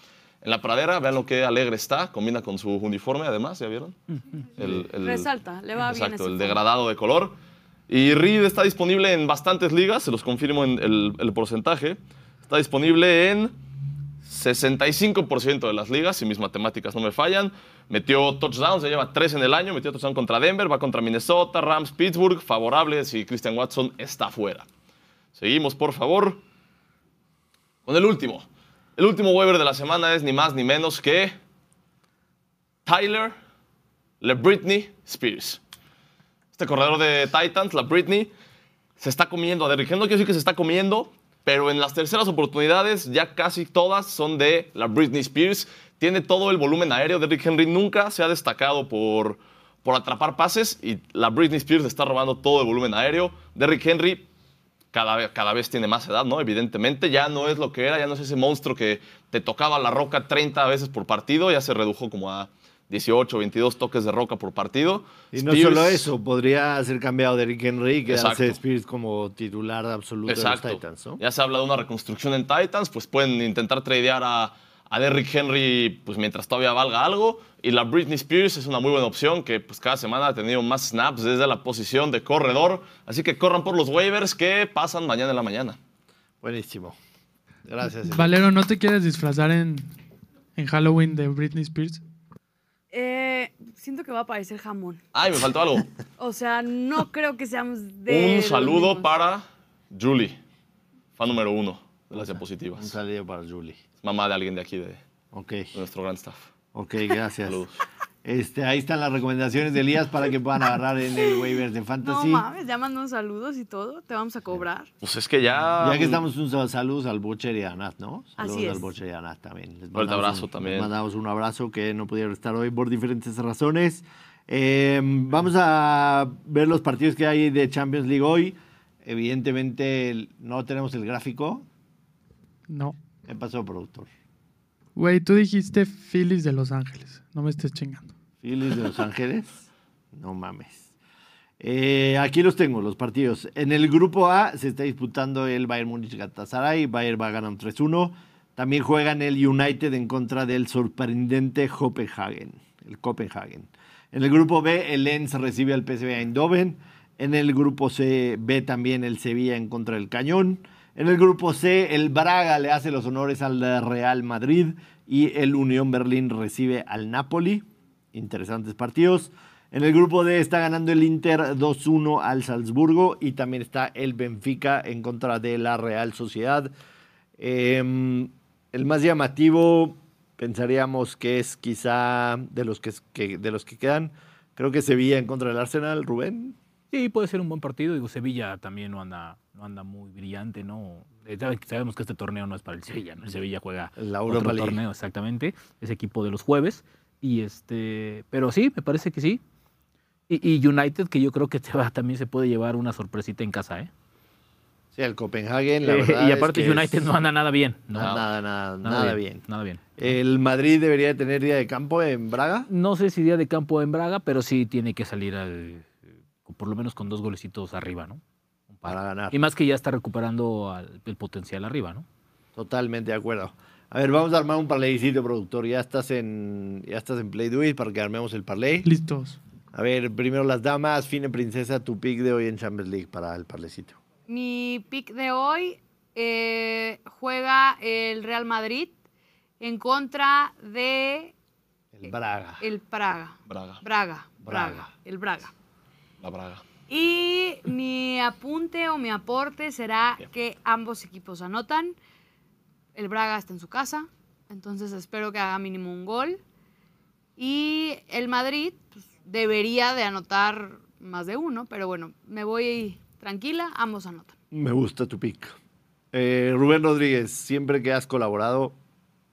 C: en la pradera. Vean lo que alegre está, combina con su uniforme además, ¿ya vieron? El- el-
B: Resalta, le va bien
C: Exacto,
B: ese
C: el
B: fondo.
C: degradado de color. Y Reed está disponible en bastantes ligas, se los confirmo en el, el porcentaje. Está disponible en 65% de las ligas, si mis matemáticas no me fallan. Metió touchdowns, ya lleva tres en el año, metió touchdown contra Denver, va contra Minnesota, Rams, Pittsburgh, favorables y Christian Watson está fuera. Seguimos, por favor, con el último. El último waiver de la semana es ni más ni menos que Tyler LeBritney Spears. Este corredor de Titans, la Britney, se está comiendo a Derrick Henry. No quiero decir que se está comiendo, pero en las terceras oportunidades ya casi todas son de la Britney Spears. Tiene todo el volumen aéreo. Derrick Henry nunca se ha destacado por, por atrapar pases y la Britney Spears está robando todo el volumen aéreo. Derrick Henry cada vez, cada vez tiene más edad, ¿no? Evidentemente, ya no es lo que era, ya no es ese monstruo que te tocaba la roca 30 veces por partido, ya se redujo como a 18, 22 toques de roca por partido.
A: Y no
C: Spears-
A: solo eso, podría ser cambiado Derrick Henry y quedarse
C: Exacto.
A: Spears como titular absoluto de
C: Exacto.
A: los Titans, ¿no?
C: Ya se habla de una reconstrucción en Titans, pues pueden intentar tradear a, a Derrick Henry pues mientras todavía valga algo. Y la Britney Spears es una muy buena opción que pues cada semana ha tenido más snaps desde la posición de corredor. Así que corran por los waivers que pasan mañana en la mañana.
A: Buenísimo. Gracias. Eli.
E: Valero, ¿no te quieres disfrazar en, en Halloween de Britney Spears?
B: Eh, siento que va a aparecer jamón.
C: Ay, me faltó algo.
B: O sea, no creo que seamos de.
C: Un
B: los
C: saludo
B: mismos.
C: para Julie, fan número uno de las
A: Un
C: diapositivas.
A: saludo para Julie.
C: Mamá de alguien de aquí, de, de
A: Ok,
C: nuestro gran staff.
A: ok, gracias.
C: Saludos.
A: Este, ahí están las recomendaciones de Elías para que puedan agarrar en el waiver de
B: No
A: Fantasy.
B: mames, ya mandan saludos y todo. Te vamos a cobrar.
C: Pues es que ya...
A: ya que estamos, un sal- saludos al Bocher y a Anat, ¿no? Saludos
B: Ah, mm. Así es.
A: al Bocher y a Anat también. Les
C: Fuerte
A: mandamos
C: abrazo
A: un-
C: también.
A: les mandamos un abrazo que no pudieron estar hoy por diferentes razones. Eh, vamos a ver los partidos que hay de Champions League hoy. Evidentemente el- no tenemos el gráfico.
E: No.
A: ¿Qué pasó, productor?
E: Güey, tú dijiste Phillies de Los Ángeles. No me estés chingando.
A: Phillies de Los Ángeles. No mames. Eh, aquí los tengo, los partidos. En el grupo A se está disputando el Bayern Múnich Galatasaray. Bayern va ganando 3-1. También juegan el United en contra del sorprendente Copenhagen. El Copenhagen. En el grupo B, el Lens recibe al PSV Eindhoven. En el grupo C, B también el Sevilla en contra del Cañón. En el grupo C, el Braga le hace los honores al Real Madrid. Y el Unión Berlín recibe al Napoli interesantes partidos. En el grupo D está ganando el Inter 2-1 al Salzburgo y también está el Benfica en contra de la Real Sociedad. Em, el más llamativo pensaríamos que es quizá de los que, que- de los que quedan. Creo que Sevilla en contra del Arsenal, Rubén.
D: Sí, puede ser un buen partido. Digo, Sevilla también no anda, no anda muy brillante, ¿no? Eh, sabe- Sabemos que este torneo no es para el Sevilla, ¿no? El Sevilla juega
A: La
D: otro
A: Europa League.
D: torneo, exactamente. Es equipo de los jueves. Y este, pero sí, me parece que sí. Y, y United, que yo creo que te va- también se puede llevar una sorpresita en casa, ¿eh?
A: Sí, el Copenhagen, la
D: Eh,
A: verdad
D: y
A: es
D: aparte
A: que
D: United
A: es-
D: no anda nada bien. No,
A: Nada, nada, nada bien.
D: Nada bien.
A: El Madrid debería de tener día de campo en Braga.
D: No sé si día de campo en Braga, pero sí tiene que salir al, por lo menos con dos golecitos arriba, ¿no? Un par.
A: Para ganar.
D: Y más que ya está recuperando al- el potencial arriba, ¿no?
A: Totalmente de acuerdo. A ver, vamos a armar un parleycito, productor. Ya estás en, ya estás en Play Do It para que armemos el parley.
E: Listos.
A: A ver, primero las damas, Fine Princesa, tu pick de hoy en Champions League para el parlecito.
B: Mi pick de hoy eh, juega el Real Madrid en contra de
D: Eh,
A: El Braga.
B: el Praga.
C: Braga,
B: Braga. Braga.
A: Braga.
B: El Braga.
C: la Braga.
B: Y mi apunte o mi aporte será
C: Bien.
B: que ambos equipos anotan. El Braga está en su casa, entonces espero que haga mínimo un gol. Y el Madrid pues, debería de anotar más de uno, pero bueno, me voy tranquila, ambos anotan.
A: Me gusta tu pick. Eh, Rubén Rodríguez, siempre que has colaborado,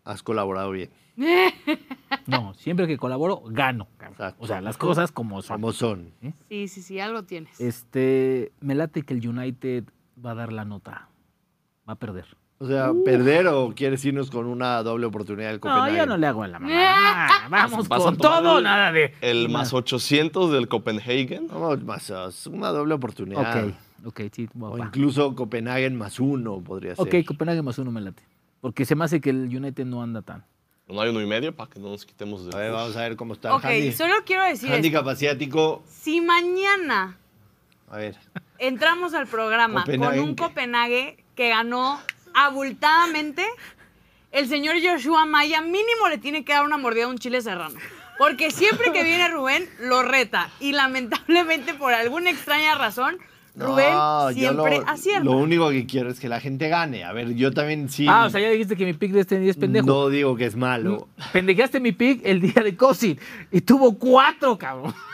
A: has colaborado bien.
D: No, siempre que colaboro, gano. cabrón.
A: Exacto.
D: O sea, las cosas como son.
A: Como son.
B: Sí, sí, sí, algo tienes.
D: Este, me late que el United va a dar la nota. Va a perder.
A: O sea, ¿perder o quieres irnos con una doble oportunidad del
D: Uh. No,
A: Copenhague?
D: yo no le hago a la mamá. Ah, Vamos
C: Vas a
D: con
C: tomar
D: todo,
C: el-
D: nada de.
C: El más 800 del Copenhagen.
A: Vamos más dos, una doble oportunidad.
D: Ok, ok, sí. va,
A: O
D: va.
A: incluso Copenhague más uno podría ser.
D: Ok, Copenhague más uno me late. Porque se me hace que el United no anda tan.
C: No hay uno y medio para que no nos quitemos de.
A: A ver, vamos a ver cómo está.
B: ok,
A: Handi-
B: solo quiero decir esto.
A: Handicap asiático.
B: Si mañana
A: A ver.
B: entramos al programa
A: Copenhague.
B: con un Copenhague que ganó abultadamente, el señor Joshua Maya mínimo le tiene que dar una mordida a un chile serrano. Porque siempre que viene Rubén, lo reta. Y lamentablemente, por alguna extraña razón, Rubén
A: No, yo
B: siempre
A: lo,
B: acierta.
A: Lo único que quiero es que la gente gane. A ver, yo también sí.
D: Ah, o sea, ya dijiste que mi pick de este día es pendejo. Mm.
A: No digo que es malo.
D: Pendejeaste mi pick el día de Cosin y tuvo cuatro, cabrón.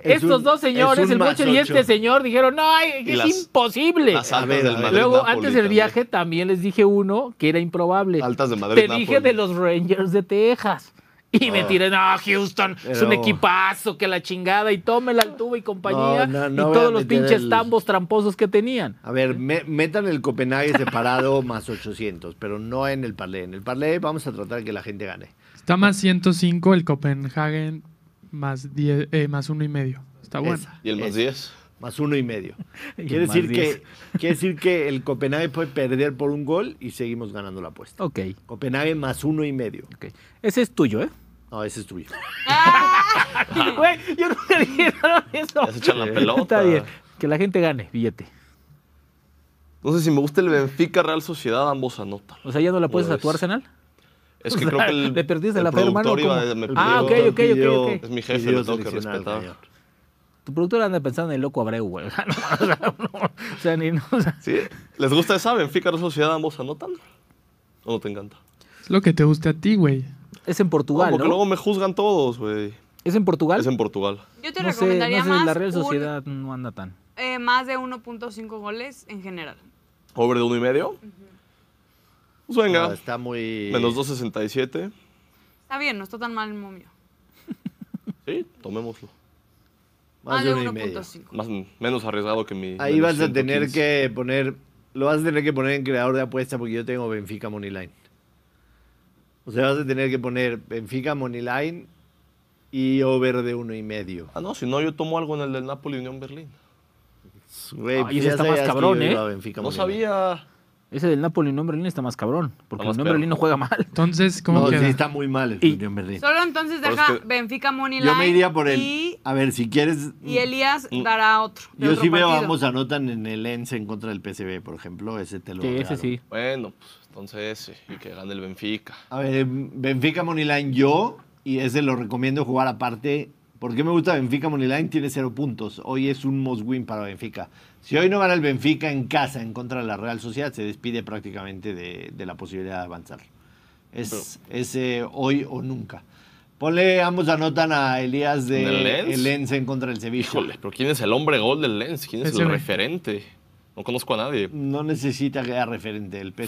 A: Es
D: Estos
A: un-
D: dos
A: es
D: señores,
A: un
D: el
A: más
D: Bocho y
A: ocho.
D: este señor, dijeron, no, ay,
C: Y
D: es
C: las-
D: imposible.
C: Las
A: A
C: altas
A: ver, a
C: del
A: ver.
C: Madrid.
D: Luego,
C: Napoli
D: antes del
C: también.
D: viaje, también les dije uno que era improbable.
C: Altas de Madrid.
D: Te
C: Napoli.
D: dije de los Rangers de Texas. Y me
A: Oh.
D: tiré, no, Houston, es un
A: Pero-
D: equipazo, que la chingada, y tómela el tubo y compañía.
A: No, no, no
D: y
A: voy a
D: todos los
A: meter
D: pinches
A: el-
D: tambos tramposos que tenían.
A: A ver, me- metan el Copenhague separado más 800, pero no en el parlé. En el parlé vamos a tratar que la gente gane.
E: Está más 105 el Copenhagen más, 10, eh, más uno y medio. Está bueno.
A: Esa,
C: Y el más
D: este.
A: esa.
C: 10.
A: Más uno y medio.
D: Y
A: Quiere
D: más
A: decir, que,
D: diez.
A: quiere decir que el Copenhague puede perder por un gol y seguimos ganando la apuesta.
D: Ok,
A: Copenhague más uno y medio.
D: ok. Ese es tuyo, ¿eh?
A: No, ese es tuyo. Ah.
D: Güey, yo nunca dije nada de eso.
C: Ya se echan la pelota.
D: Está bien. Que la gente gane, billete.
C: No sé si me gusta el Benfica Real Sociedad, ambos anotan.
D: O sea, ¿ya no la puedes
C: Pues,
D: a tu Arsenal?
C: Es que
D: O sea,
C: creo que el.
D: ¿le perdiste
C: el
D: la fe, hermano,
C: productor iba
D: o cómo?
C: a- me
D: Ah,
C: pidió-
D: ok, ok, ok,
A: Pidió-
D: ok.
C: Es mi jefe,
A: pidió
C: lo tengo que
A: seleccionar al
C: respetar.
A: cañón.
D: Tu productor anda pensando en el loco Abreu, güey. No, o sea, no, o sea, ni... no, o sea,
C: ¿Sí? ¿Les gusta esa? Benfica Real Sociedad, ambos anotan. ¿O no te encanta?
E: Es lo que te gusta a ti, güey.
D: es en Portugal,
C: No,
D: ¿no?
C: porque luego me juzgan todos, güey.
D: ¿Es en Portugal?
C: Es en Portugal.
B: Yo te
D: no sé, no
B: recomendaría
D: sé,
B: más,
D: la Real
B: un-
D: Sociedad no anda tan.
B: eh, más de 1.5 goles en general.
C: Over de uno y medio. Pues
A: No,
D: Ah,
C: venga.
A: está muy.
C: Menos 2.67.
B: Está bien, no está tan mal el momio.
C: Sí, tomémoslo.
A: Más
B: Más
A: de
B: de
A: uno y medio.
B: 1.5.
C: Más, menos arriesgado que mi.
A: Ahí
C: menos
A: vas a tener
C: 115.
A: que poner. Lo vas a tener que poner en creador de apuesta porque yo tengo Benfica Moneyline. O sea, vas a tener que poner Benfica Moneyline y over de uno y medio.
C: Ah, no, si no, yo tomo algo en el del Napoli Unión Berlín.
A: Güey,
D: Ay,
A: pues
D: ese
A: ya
D: está más
A: sabías que
D: cabrón,
A: yo
D: ¿eh?
A: iba a Benfica
C: No
A: Moneyline.
C: sabía.
D: Ese del Napoli no Berlín está más cabrón. Porque
C: Vamos, pero-
D: el Nombre Berlín no juega mal.
E: Entonces, ¿cómo
A: No, sí,
E: queda?
A: está muy mal el
D: Y-
A: Unión Berlín.
B: Solo entonces
C: Pero es
B: deja
C: que-
B: Benfica Money
A: Yo me
B: Line
A: iría por el.
B: Y,
A: A ver, si quieres.
B: y Elías
C: Mm.
B: dará otro. de
A: Yo
B: otro
A: sí veo
B: partido.
A: ambos anotan en el ENSE en contra del PCB, por ejemplo. Ese te lo
D: Sí, ese
A: regalo.
D: sí.
C: Bueno, pues entonces, sí, y que gane el Benfica.
A: A ver, em, Benfica Moneyline yo, y ese lo recomiendo jugar aparte. ¿Por qué me gusta Benfica Moneyline? Tiene cero puntos. Hoy es un must win para Benfica. Si hoy no gana el Benfica en casa en contra de la Real Sociedad, se despide prácticamente de, de la posibilidad de avanzar. Es, es, eh, hoy o nunca. Ponle, ambos anotan a Elías de
C: ¿En el Lens?
A: el Lens en contra del Sevilla.
C: Híjole, pero ¿quién es el hombre gol del Lens? ¿Quién es el
E: PSV.
C: referente? No conozco a nadie.
A: No necesita que haya referente el PSV.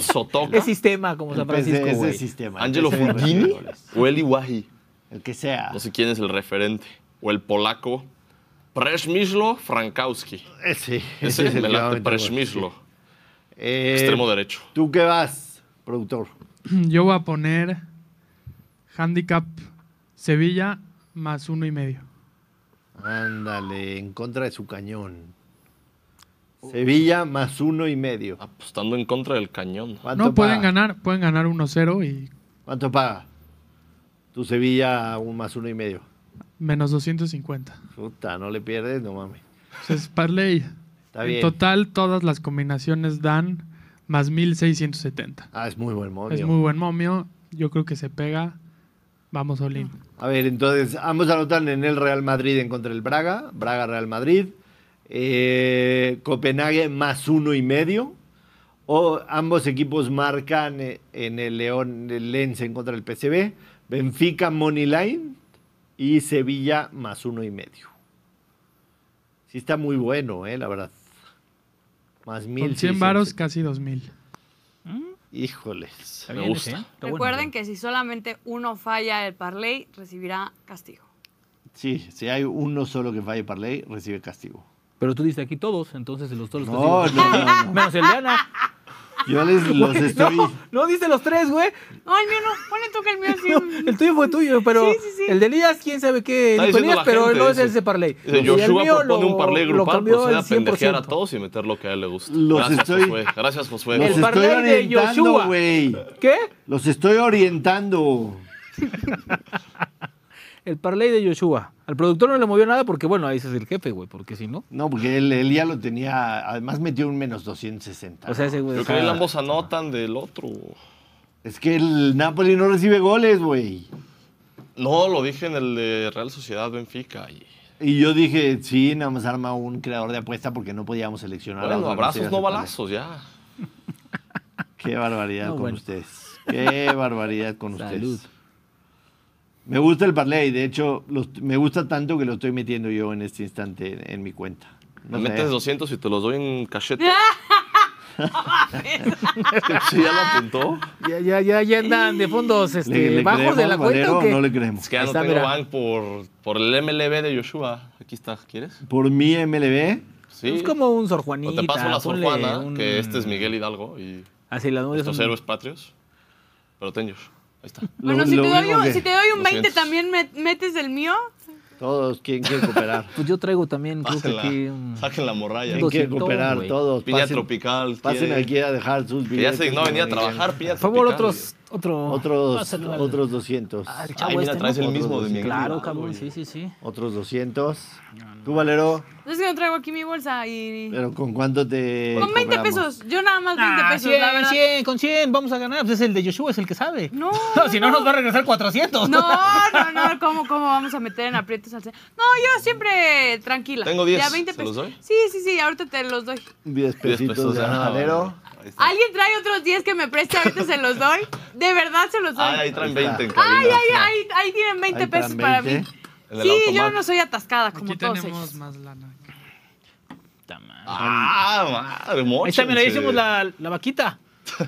C: Sotoka,
D: Es sistema como
A: El
D: San Francisco,
A: PSV
D: güey.
A: es sistema. el
C: Angelo
A: PSV recibe
C: Fulgini
A: goles.
C: o Eli Wahi.
A: El que sea.
C: No sé quién es el referente. O el polaco. Presmislo Frankowski.
A: Ese,
C: Ese es
A: que
C: el
A: va a meter goles.
C: Presmislo.
A: Eh,
C: Extremo derecho.
A: ¿Tú qué vas, productor?
E: Yo voy a poner handicap Sevilla más uno y medio.
A: Ándale, en contra de su cañón.
E: Oh.
A: Sevilla más uno y medio.
C: Apostando en contra del cañón.
A: ¿Cuánto
E: Ah. No pueden
A: paga?
E: ganar, pueden ganar 1-0 y
A: ¿Cuánto paga? Tu Sevilla un más uno y medio.
E: menos 250.
A: Puta, no le pierdes, no mames.
E: Entonces, parlay.
A: Está
E: en
A: bien.
E: total, todas las combinaciones dan más 1670.
A: Ah, es muy buen momio.
E: Es muy buen momio. Yo creo que se pega. Vamos, Olin.
A: A ver, entonces, ambos anotan en el Real Madrid en contra del Braga. Braga, Real Madrid. Eh, Copenhague más uno y medio. O ambos equipos marcan eh, en el León, el Lens en contra del PCB. Benfica, Moneyline. Y Sevilla más uno y medio. Sí está muy bueno, eh, la verdad. Más mil.
E: Con 100 varos, casi 2000.
A: Híjoles.
D: Está
C: Me
D: bien ese,
C: gusta.
D: ¿eh? Está bueno.
B: Recuerden que si solamente uno falla el parlay, recibirá castigo.
A: Sí, si hay uno solo que falle parlay, recibe castigo.
D: Pero tú dices aquí todos, entonces los todos los
A: No,
D: castigos.
A: no, no,
D: Menos el de Ana.
A: Yo les los
D: Güey,
A: estoy.
D: No, no dice los tres, güey.
B: No, el mío no. Ponle tú que el mío sí.
D: No, el tuyo fue tuyo, pero
B: Sí, sí, sí.
D: el de Elías, quién sabe qué
C: Está
D: dijo
C: diciendo
D: Elías,
C: la
D: pero
C: gente,
D: no es
C: dice.
D: ese parlay.
C: Dice,
D: Y el
C: Joshua
D: mío
C: propone
D: lo-
C: un parlay
D: lo
C: grupal,
D: cambió
C: procede
D: al
C: a pendejear a
D: 100%.
C: todos y meter lo que a él le gusta.
A: Los
C: Gracias,
A: estoy-
C: Josué. Gracias, Josué.
A: Los
D: El
A: estoy
D: parlay de
A: orientando,
D: Yoshua.
A: güey.
D: ¿Qué?
A: Los estoy orientando.
D: El parlay de Joshua. Al productor no le movió nada porque, bueno, ahí ese es el jefe, güey, porque si no.
A: No, porque él, él ya lo tenía. Además metió un menos 260.
D: O sea, ese güey.
C: Yo
D: está-
C: creí que ambos anotan del otro.
A: Es que el Napoli no recibe goles, güey.
C: No, lo dije en el de Real Sociedad Benfica. Y...
A: Y yo dije, sí, nada más arma un creador de apuesta porque no podíamos
D: Ah,
A: seleccionar. a
C: Bueno,
A: otro que
C: abrazos,
A: sea
C: no
A: ese parlay.
C: balazos, ya.
A: Qué barbaridad
D: No,
A: con
D: bueno.
A: ustedes. Qué barbaridad con
D: Salud.
A: ustedes. Me gusta el parlay, de hecho, los- me gusta tanto que lo estoy metiendo yo en este instante en, en mi cuenta. No
C: Me
A: sé.
C: metes 200 y te los doy en cachete. ¿Sí ya lo apuntó?
D: Ya, ya, ya, ya andan de fondos
A: ¿Le- le
D: este, bajos de la
A: creemos,
D: cuenta
A: Valero,
D: o qué?
A: no le creemos?
C: Es que ya no
D: Está,
C: tengo
D: mira.
C: bank por, por el MLB de Joshua. Aquí está, ¿quieres?
A: Por mi MLB,
C: Sí.
D: Es como un Sor
C: O
D: Juanita.
C: te paso la Sor
D: ponle
C: Juana,
D: un-
C: que este es Miguel Hidalgo y
D: Así la novia es
C: estos
D: un-
C: héroes patrios. Pero ten, Josh. Ahí está.
B: Bueno,
A: Lo-
B: si,
A: lo
B: te doy
A: único
B: un,
A: que-
B: si te doy un 20
C: 200.
B: también me- metes el mío.
A: todos quieren quiere cooperar.
D: Pues yo traigo también, creo que
C: Pásenla.
D: aquí. mm, un-
C: Saquen la morralla.
A: Quieren quiere
D: Doscientón,
A: cooperar,
D: güey.
A: todos.
C: Piña
A: Pasen,
C: tropical.
A: pasen
C: quiere-
A: aquí a dejar sus
C: Que ya
A: billetes.
C: se dignó venir a trabajar, Piña
D: Por favor,
C: tropical.
D: otros. Otro,
A: Otros,
D: Pásalo al-
A: otros 200.
D: al chavo
C: Ay, mira,
D: este,
C: traes
D: ¿no?
C: el mismo de Miguel
D: Claro,
C: Hidalgo,
D: cabrón,
C: güey.
D: sí, sí, sí.
A: Otros 200. Tú, Valero,
B: Es que no traigo aquí mi bolsa y...
A: pero ¿con cuánto te
B: Con 20
A: cobramos?
B: pesos. Yo nada más
D: Ah,
B: 20 pesos, la verdad.
D: 100, con 100, vamos a ganar. Pues es el de Yoshua, es el que sabe.
B: No,
D: si no, nos va a regresar 400.
B: No, no, no, ¿cómo, cómo vamos a meter en aprietos al señor? No, yo siempre tranquila.
C: Tengo 10,
B: Ya 20
C: ¿se
B: pesos.
C: los doy?
B: Sí, sí, sí, ahorita te los doy.
A: 10
C: 10
A: pesitos
C: pesos,
A: de
C: ah,
A: Valero.
C: bueno. Ahí está.
B: ¿Alguien trae otros 10 que me preste? Ahorita se los doy. De verdad se los doy.
C: Ay, ahí traen 20 en cabina.
B: pues, Ay, ay, ay, ahí tienen 20
A: Ahí
B: pesos
A: están
B: para
A: 20.
B: mí.
C: En el
B: Sí, yo
C: automac.
B: no soy atascada como
E: Aquí
B: todos
E: tenemos
B: ellos.
E: más lana.
C: Ah, madre,
D: Ahí está, mira,
C: móchense.
D: ahí hicimos la, la vaquita.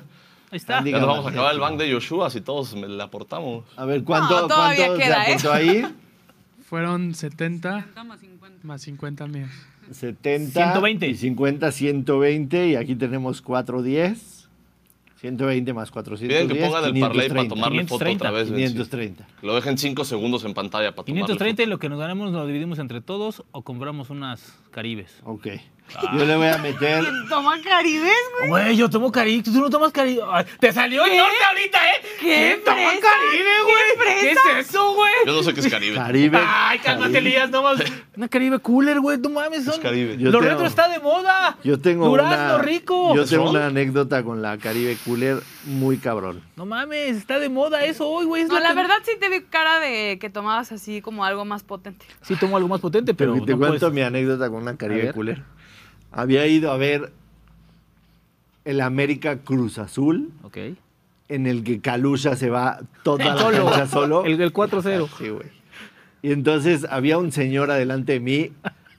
D: Ahí está.
A: Andy.
C: Ya nos vamos a acabar el bank de Joshua si todos me la aportamos.
A: A ver, ¿cuánto,
B: No,
A: cuánto
B: todavía
A: se
B: queda, ¿eh?
A: apuntó ahí?
E: Fueron 70 más 50 míos.
A: 70.
D: 120.
A: Y 50, 120. Y aquí tenemos 4, 10. 120 más 410.
C: Piden que pongan el parlay para
A: 530.
C: tomarle foto otra
D: 530.
C: vez. vencido.
A: 530.
C: Que Lo dejen 5 segundos en pantalla para tomarle
D: 530 y lo que nos ganamos lo dividimos entre todos o compramos unas caribes.
A: Ok.
C: Ah.
A: Yo le voy a meter.
B: Toma caribes, güey.
D: Güey, yo tomo caribe, tú no tomas caribe. Ay, Te salió el norte ahorita, ¿eh?
B: ¿Qué
D: ¿Quién toma
B: fresa?
D: caribe,
B: ¿Qué
D: güey? ¿Qué,
B: fresa?
D: es eso, güey?
C: foto. Yo no sé qué es Caribe.
A: Caribe.
D: Ay, cálmate, Elías, no más. Una caribe cooler, güey, no mames. Son...
C: Es Caribe.
A: Yo
D: Lo
A: tengo-
D: retro está de moda.
A: Yo tengo
D: Durazno
A: una,
D: rico.
A: Yo tengo
C: ¿Son?
A: una anécdota con la Caribe Cooler muy cabrón.
D: No mames, está de moda eso hoy, güey. es
B: No, la
D: que-
B: verdad sí te vi cara de que tomabas así como algo más potente.
D: Sí tomo algo más potente, pero,
A: Pero te
D: no
A: cuento
D: puedes-
A: mi anécdota con una
D: A
A: Caribe
D: ver.
A: Cooler. Había ido a ver el América Cruz Azul,
D: Ok.
A: en el que Calusha se va toda la
D: Solo.
A: cancha solo. Ah,
D: El, el 4-0.
A: Sí, güey. Y entonces había un señor adelante de mí,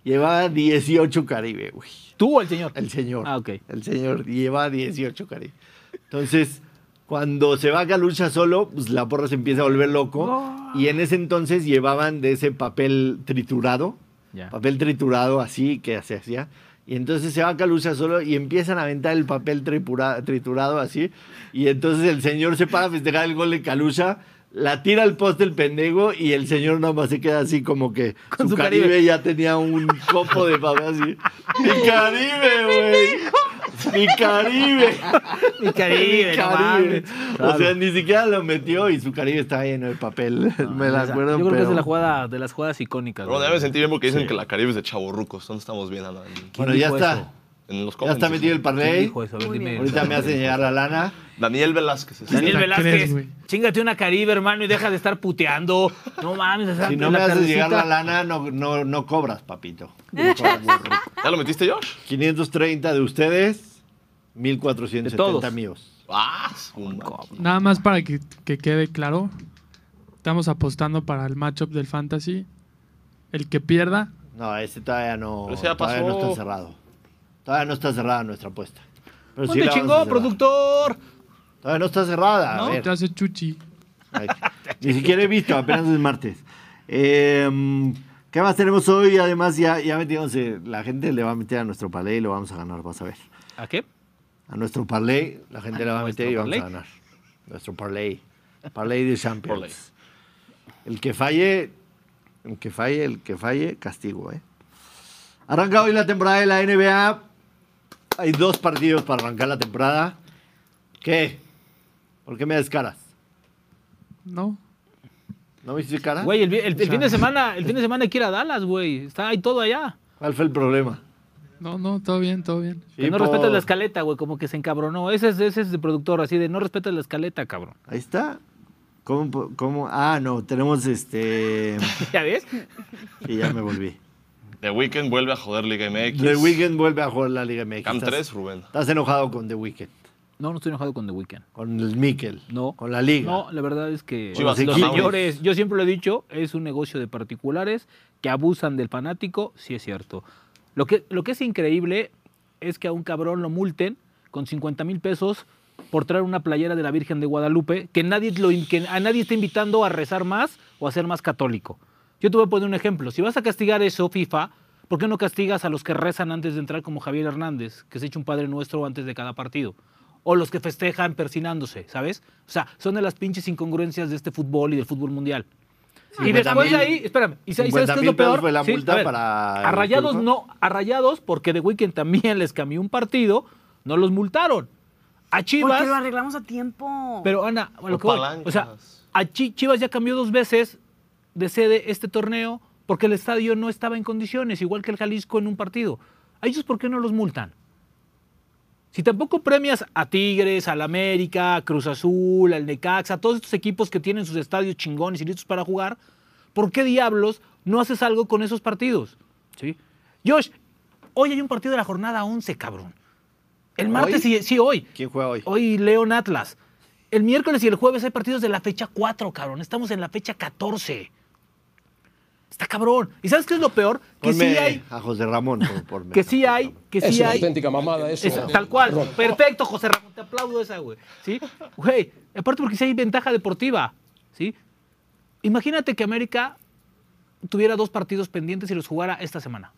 A: llevaba 18 Caribe, güey.
D: ¿Tú o el señor?
A: El señor.
D: Ah, ok.
A: El señor lleva 18 Caribe. Entonces, cuando se va Calucha solo, pues la porra se empieza a volver loco. Y en ese entonces llevaban de ese papel triturado,
D: Ya.
A: papel triturado así que se hacía. Y entonces se va Calucha solo y empiezan a aventar el papel tripura- triturado así. Y entonces el señor se para a festejar el gol de Calucha. La tira al poste el pendejo y el señor nomás se queda así como que
D: Con
A: su
D: su
A: caribe,
D: Caribe.
A: ya tenía un copo de papel así. ¡Mi caribe, güey! ¡Mi caribe!
D: Mi caribe,
A: Mi
D: no
A: Caribe.
D: mames.
A: O sea,
D: Claro.
A: ni siquiera lo metió y su Caribe estaba lleno de papel. Me la
D: Esa-
A: acuerdo,
D: Yo creo que
A: pero-
D: es de, la jugada, de las jugadas icónicas.
C: Bueno,
D: güey.
C: ya me sentí bien porque dicen que la Caribe es de chavorrucos. ¿Dónde estamos bien, Ana? En,
A: Bueno, ya
D: dijo
A: está.
D: eso?
C: en los
A: Ya está
C: comments.
A: metido el
D: ¿Quién
A: parlay.
D: dijo eso? A ver,
B: Muy
D: dime.
B: bien.
A: Ahorita me hacen llegar la lana.
C: Daniel Velázquez. es
D: Daniel
E: La
D: Velázquez,
E: crees, güey.
D: chingate una caribe, hermano, y deja de estar puteando. No mames, esa-
A: Si no
D: en
A: me haces
D: tardecita.
A: llegar la lana, no, no, no cobras, papito. No cobras, burro.
C: este. ¿Ya lo metiste, Josh?
A: 530 de ustedes,
D: De todos.
A: 1470 míos.
C: Ah, su madre.
E: Nada más para que, que quede claro, estamos apostando para el matchup del fantasy. El que pierda,
A: No, ese todavía no,
C: Pero ese ya
A: todavía no
C: pasó.
A: está cerrado. Todavía no está cerrada nuestra apuesta. Pero sí la
D: ¿Dónde
A: vamos a
D: chingó,
A: cerrar.
D: productor?
A: Todavía no está cerrada. a
E: ¿no?
A: ver.
E: Te hace chuchi.
A: Ay, Ni siquiera he visto, apenas es martes. Eh, ¿Qué más tenemos hoy? Además, ya, ya metiéndose, la gente le va a meter a nuestro parlay y lo vamos a ganar, vas a ver.
D: ¿A qué?
A: ¿Ah? A nuestro parlay, la gente le va a meter y
D: nuestro
A: vamos a
D: parlay.
A: ganar. Nuestro parlay. Parlay de Champions. El que falle, el que falle, el que falle, castigo, ¿eh? Arranca hoy la temporada de la NBA. Hay dos partidos para arrancar la temporada. ¿Qué? ¿Por qué me descaras?
E: No.
A: ¿No me hiciste cara?
D: Güey, el, vi- el- el
A: O sea-
D: fin de semana, el fin de semana hay que ir a Dallas, güey. Está ahí todo allá.
A: ¿Cuál fue el problema?
E: No, no, todo bien, todo bien.
D: Que
A: Tipo,
D: no respetas la escaleta, güey, como que se encabronó. Ese es, ese es el productor, así de no respetas la escaleta, cabrón.
A: Ahí está. ¿Cómo, po- cómo? Ah, no, tenemos este.
D: ¿Ya ves?
A: Y ya me volví.
C: The Weeknd vuelve a joder Liga MX.
A: The Weeknd vuelve a jugar la Liga MX.
C: Cam
A: Estás-
C: 3, Rubén.
A: Estás enojado con The Weeknd,
D: No, no estoy enojado con The Weeknd.
A: con el Mikel,
D: No.
A: con la Liga.
D: No, la verdad es que
C: Chivas,
D: los
A: Chivas.
D: señores, yo siempre lo he dicho, es un negocio de particulares que abusan del fanático, sí es cierto. Lo que, lo que es increíble es que a un cabrón lo multen con 50 mil pesos por traer una playera de la Virgen de Guadalupe, que, nadie lo, in- que a nadie está invitando a rezar más o a ser más católico. Yo te voy a poner un ejemplo. Si vas a castigar eso, FIFA, ¿por qué no castigas a los que rezan antes de entrar como Javier Hernández, que se echa un Padre Nuestro antes de cada partido? o los que festejan persinándose, ¿sabes? O sea, son de las pinches incongruencias de este fútbol y del fútbol mundial. Y
A: 50
D: después de
A: mil-
D: ahí, espérame, ¿y sa- y
A: 50
D: sabes qué es
A: mil
D: lo
A: pesos
D: peor?
A: fue la
D: Sí,
A: multa
D: a ver,
A: para
D: a
A: el
D: Rayados
A: turco.
D: no, a Rayados, porque de Weekend también les cambió un partido, no los multaron. A Chivas,
B: Porque lo arreglamos a tiempo.
D: pero Ana, a lo
C: Por
D: que voy,
C: palancas.
D: o sea, a Chi- Chivas ya cambió dos veces de sede este torneo porque el estadio no estaba en condiciones, igual que el Jalisco en un partido. ¿A ellos por qué no los multan? Si tampoco premias a Tigres, al América, a Cruz Azul, al Necaxa, a todos estos equipos que tienen sus estadios chingones y listos para jugar, ¿por qué diablos no haces algo con esos partidos? ¿Sí? Josh, hoy hay un partido de la jornada 11, cabrón. El martes,
A: ¿Hoy?
D: y- sí, hoy.
A: ¿Quién juega hoy?
D: Hoy León Atlas. El miércoles y el jueves hay partidos de la fecha 4, cabrón. Estamos en la fecha 14. Está cabrón. ¿Y sabes qué es lo peor? Que
A: Ponme
D: sí hay.
A: a José Ramón. por- ponme
D: Que
A: a
D: sí
A: José
D: hay.
A: Ramón.
D: Que
F: es
D: sí
F: una
D: hay.
F: auténtica mamada eso.
D: Esa- tal cual. Perfecto, José Ramón. Te aplaudo esa, güey. ¿Sí? Güey, aparte porque sí hay ventaja deportiva. ¿Sí? Imagínate que América tuviera dos partidos pendientes y los jugara esta semana.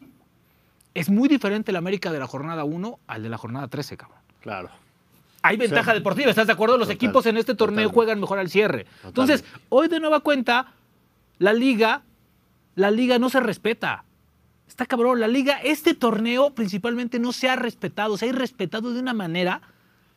D: Es muy diferente el América de la jornada 1 al de la jornada 13, cabrón.
A: Claro.
D: Hay ventaja deportiva, ¿estás de acuerdo? Los
A: Total,
D: equipos en este torneo
A: totalmente.
D: juegan mejor al cierre. Entonces, hoy de nueva cuenta, la liga, la liga no se respeta. Está cabrón, la liga, este torneo principalmente no se ha respetado, se ha irrespetado de una manera,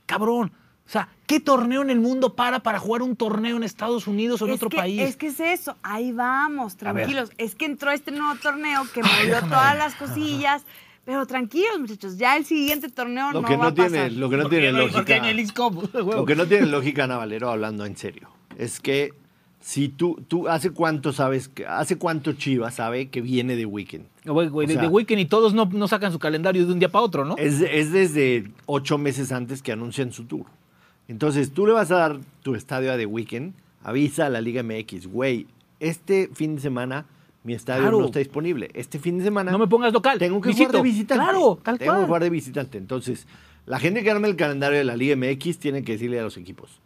D: cabrón. O sea, ¿qué torneo en el mundo para para jugar un torneo en Estados Unidos o en
B: es
D: otro
B: que,
D: país?
B: Es que es eso, ahí vamos,
A: A ver.
B: tranquilos. Es que entró este nuevo torneo que movió todas las cosillas. Pero tranquilos, muchachos, ya el siguiente torneo
A: Lo
B: no
A: que
B: va
A: no
B: a
A: tiene,
B: pasar.
A: lo que no
D: Porque
A: tiene
D: no hay- porque
A: lógica.
D: en el X-Cup, huevo.
A: Lo que no tiene lógica, Ana Valero, hablando en serio, es que si tú, tú hace cuánto sabes, que, hace cuánto Chivas sabe que viene de Weekend.
D: Güey, güey,
A: O
D: de,
A: sea-
D: de Weekend y todos no, no sacan su calendario de un día para otro, ¿no?
A: Es, es desde ocho meses antes que anuncian su tour. Entonces, tú le vas a dar tu estadio a The Weeknd, avisa a la Liga MX, güey, este fin de semana mi estadio
D: Claro.
A: no está disponible. Este fin de semana
D: No me pongas local.
A: tengo que
D: Visito.
A: jugar de visitante.
D: Claro, tal
A: Tengo que
D: cual.
A: jugar de visitante. Entonces, la gente que arma el calendario de la Liga MX tiene que decirle a los equipos,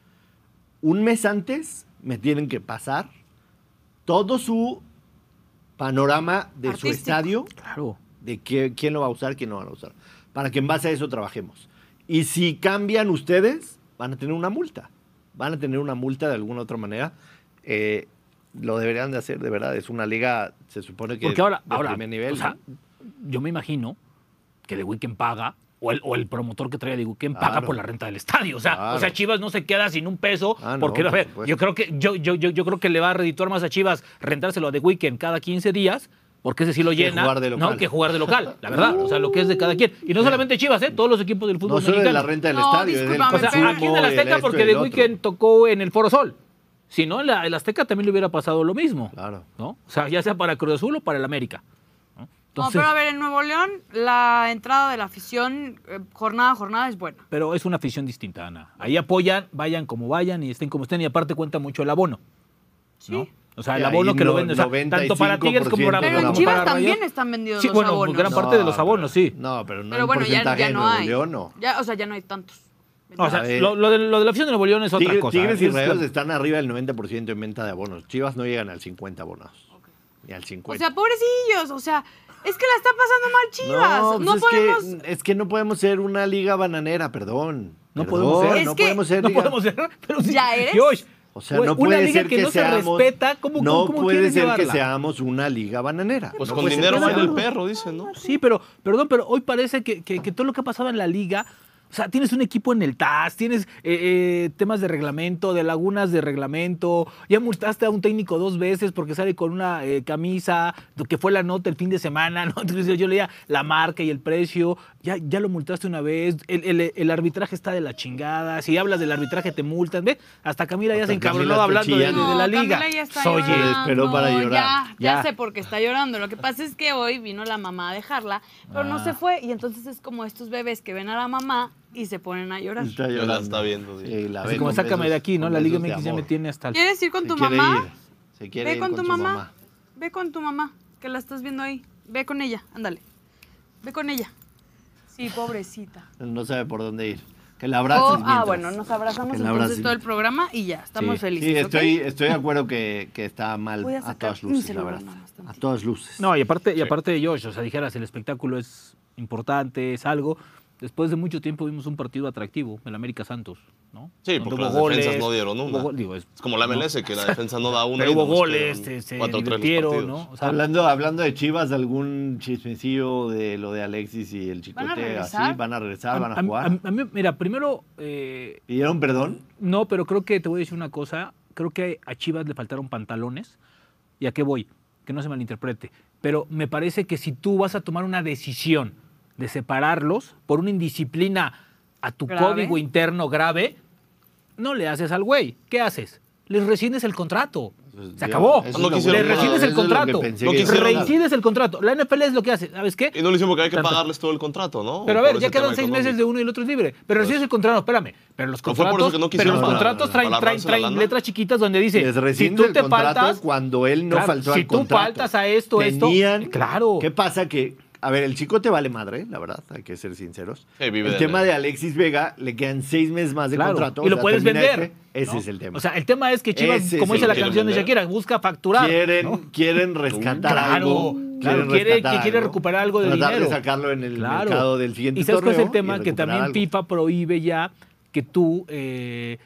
A: un mes antes me tienen que pasar todo su panorama de
B: Artístico.
A: su estadio
D: Claro.
A: de qué- quién lo va a usar, quién no van a usar, para que en base a eso trabajemos. Y si cambian ustedes, van a tener una multa. Van a tener una multa de alguna otra manera. Eh, lo deberían de hacer, de verdad. Es una liga, se supone que
D: Porque ahora,
A: de
D: ahora
A: primer nivel.
D: o sea,
A: ¿no?
D: yo me imagino que The Weeknd paga, o el, o el promotor que trae The Weeknd
A: Claro.
D: paga por la renta del estadio. O sea,
A: Ah, Claro.
D: o sea, Chivas no se queda sin un peso.
A: Ah, no,
D: porque, a
A: por
D: ver,
A: supuesto.
D: yo creo que, yo, yo, yo, yo creo que le va a redituar más a Chivas rentárselo a The Weeknd cada 15 días. Porque ese sí lo
A: Que
D: llena.
A: jugar de local.
D: No, que jugar de local, la verdad. O sea, lo que es de cada quien. Y no solamente Chivas, ¿eh? Todos los equipos del
A: No
D: fútbol
A: solo es
D: mexicano.
A: la renta del
B: No,
A: estadio, es del
B: discúlpame,
D: O sea,
A: consumo,
B: pero-
D: aquí en el
A: el
D: Azteca,
A: esto,
D: porque
A: el
D: The
A: otro.
D: Weeknd tocó en el Foro Sol. Si no, en la, el Azteca también le hubiera pasado lo mismo.
A: Claro.
D: ¿no? O sea, ya sea para Cruz Azul o para el América. ¿no?
B: No,
D: Entonces,
B: pero a ver, en Nuevo León la entrada de la afición eh, jornada a jornada es buena.
D: pero es una afición distinta, Ana. Ahí apoyan, vayan como vayan y estén como estén. Y aparte cuenta mucho el abono. ¿no?
B: Sí.
D: O sea,
A: Y
D: el
A: ahí
D: abono que lo
A: no-
D: venden. o sea, tanto para Tigres
A: 95%
D: como
B: Pero
D: para
A: Bueno,
B: en
A: vamos
D: como
B: Chivas
D: para
B: también
D: Rayados.
B: están vendidos
D: Sí,
B: los
D: bueno,
B: abonos.
D: gran parte de los abonos, sí.
A: No, pero no
B: pero
A: en
B: bueno, ya,
A: porcentaje
B: ya
A: en
B: no
A: Nuevo
B: hay.
A: León, no.
B: Ya, o sea, ya no hay tantos.
D: O sea,
A: A ver.
D: lo, lo de, lo de la opción de Nuevo León es otra
A: Tigre-
D: cosa. ¿eh?
A: Tigres y
D: Es la-
A: Rayados están arriba del 90% en venta de abonos. Chivas no llegan al 50 abonados. Ni al 50.
B: O sea, pobrecillos, o sea, es que la está pasando mal Chivas. No,
A: pues
B: podemos...
A: es, que, es que no podemos ser una liga bananera, perdón.
D: No
A: Perdón,
D: podemos ser.
A: No
B: Es que
A: podemos ser.
D: No
A: liga-
D: podemos ser, pero sí.
B: ¿Ya eres?
D: Josh,
A: O sea,
D: güey,
A: no
D: una
A: puede
D: liga
A: ser
D: que, no se
A: seamos-
D: respeta. ¿Cómo,
A: no
D: cómo- cómo
A: puede
D: quieres
A: ser
D: llevarla?
A: que seamos una liga bananera.
C: Pues
A: No
C: con
A: puede ser
C: dinero
A: una
C: baila
A: liga
C: el
A: bananera.
C: perro, dicen, ¿no?
D: Sí, pero, perdón, pero hoy parece que, que- que todo lo que ha pasado en la liga, o sea, tienes un equipo en el TAS, tienes eh, eh, temas de reglamento, de lagunas de reglamento, ya multaste a un técnico dos veces porque sale con una eh, camisa, lo que fue la nota el fin de semana, ¿no? Entonces yo, yo leía la marca y el precio, ya, ya lo multaste una vez, el, el- el arbitraje está de la chingada, si hablas del arbitraje te multan, ¿ves? Hasta Camila ya
A: Hasta
D: se encabronó
A: Camila está
D: hablando de,
A: chillando.
D: de la
B: No,
D: liga.
B: Camila ya está
D: Soy el-
B: llorando,
A: esperó para llorar.
B: Ya, ya
D: Ya.
B: sé por qué está llorando. Lo que pasa es que hoy vino la mamá a dejarla, pero no
A: Ah.
B: se fue. Y entonces es como estos bebés que ven a la mamá y se ponen a llorar.
A: Está
C: Ya
A: llorando.
C: la está viendo, sí.
A: Sí, la
D: Así
A: ven
D: como
A: con
D: sácame
A: besos-
D: de aquí, ¿no?
A: con
D: La Liga
A: besos de
D: MX ya me
A: amor.
D: tiene hasta el...
B: ¿Quieres ir con
A: Se
B: tu
A: quiere
B: mamá?
A: ir. Se quiere
B: Ve
A: ir
B: con tu
A: su
B: mamá. Ve con tu mamá, que la estás viendo ahí. Ve con ella, ándale. Ve con ella. Sí, pobrecita.
A: No sabe por dónde ir. Que la abraces.
B: Oh, ah,
A: mientras.
B: bueno, nos abrazamos
A: Que la
B: entonces
A: abraces
B: todo el
A: mientras.
B: programa y ya, estamos
A: Sí.
B: felices.
A: Sí,
B: ¿ok?
A: estoy, estoy de acuerdo que, que está mal.
B: Voy a
A: A,
B: sacar
A: todas
B: mi
A: luces, la
B: celular
A: verdad.
B: nada más
A: A
B: tantito.
A: todas luces.
D: No, y aparte, y
C: Sí.
D: aparte de Josh, o sea, dijeras, el espectáculo es importante, es algo. Después de mucho tiempo vimos un partido atractivo, el América Santos, ¿no?
C: Sí,
D: Donde
C: porque
D: hubo
C: las defensas no dieron
D: hubo
C: una.
D: go- digo, es-
C: Es como la MLS, que la defensa no da una.
D: pero
C: y
D: hubo
C: nomás
D: goles,
C: quedan
D: se, se
C: 4-3 los
D: divirtieron,
C: partidos.
D: ¿no? O sea,
A: hablando, hablando de Chivas, algún chismecillo de lo de Alexis y el
B: ¿Van a
A: chicote, así,
B: regresar?
A: van a
D: a-
A: regresar, van
D: a-
A: a jugar.
D: a- a mí- mira, primero, eh,
A: ¿Pidieron perdón?
D: no, pero creo que te voy a decir una cosa. Creo que a Chivas le faltaron pantalones. ¿Y a qué voy? Que no se malinterprete. Pero me parece que si tú vas a tomar una decisión de separarlos por una indisciplina a tu
B: Grave.
D: código interno grave, no le haces al güey. ¿Qué haces? Les rescindes el contrato. Se acabó.
A: Pues, Eso
C: es lo que
D: Les
C: hicieron.
D: rescindes
C: Eso
D: el
A: es lo que
D: contrato.
A: pensé
C: No
A: que
C: quisieron.
A: iban a hacer.
D: Rescindes el contrato. La NFL es lo que hace. ¿Sabes qué?
C: Y no lo hicimos porque hay que
D: Tanto.
C: pagarles todo el contrato, ¿no?
D: Pero a
C: Oh, Por
D: ver,
C: ese
D: ya quedan
C: tema
D: seis
C: económico.
D: meses de uno y el otro es libre. Pero recibes el contrato, espérame. Pero los
C: No fue por
D: contratos,
C: eso que no
D: pero los
A: quisieron
D: contratos traen,
C: para- para
D: traen,
C: ahorrarse
D: traen
C: la lana.
D: letras chiquitas donde dice,
A: Les
D: si
A: rescinde
D: tú
A: el
D: te
A: contrato
D: faltas,
A: cuando él no
D: Claro,
A: faltó
D: si
A: al
D: tú
A: contrato.
D: faltas a esto, esto,
A: Tenían-
D: claro.
A: ¿Qué pasa? Que, a ver, el chico te vale madre, la verdad, hay que ser sinceros.
C: Sí, vive
A: el
C: de
A: tema
C: la-
A: de Alexis Vega, le quedan seis meses más de
D: claro,
A: contrato.
D: y
A: o
D: lo
A: sea,
D: puedes
A: termina
D: vender.
A: este. ese
D: ¿no?
A: es el tema.
D: O sea, el tema es que Chivas,
A: Ese es
D: como
A: el
D: dice la
C: tema.
D: canción de
C: Quieren
D: Shakira, busca facturar.
A: quieren,
D: ¿no?
A: quieren rescatar
D: Claro,
A: algo.
D: claro, quiere- que quiere recuperar algo de
A: tratar
D: dinero.
A: de sacarlo en el
D: Claro.
A: mercado del siguiente
D: Y sabes cuál es el
A: torneo y
D: tema que
A: recuperar
D: también
A: algo.
D: Pipa prohíbe ya que tú eh,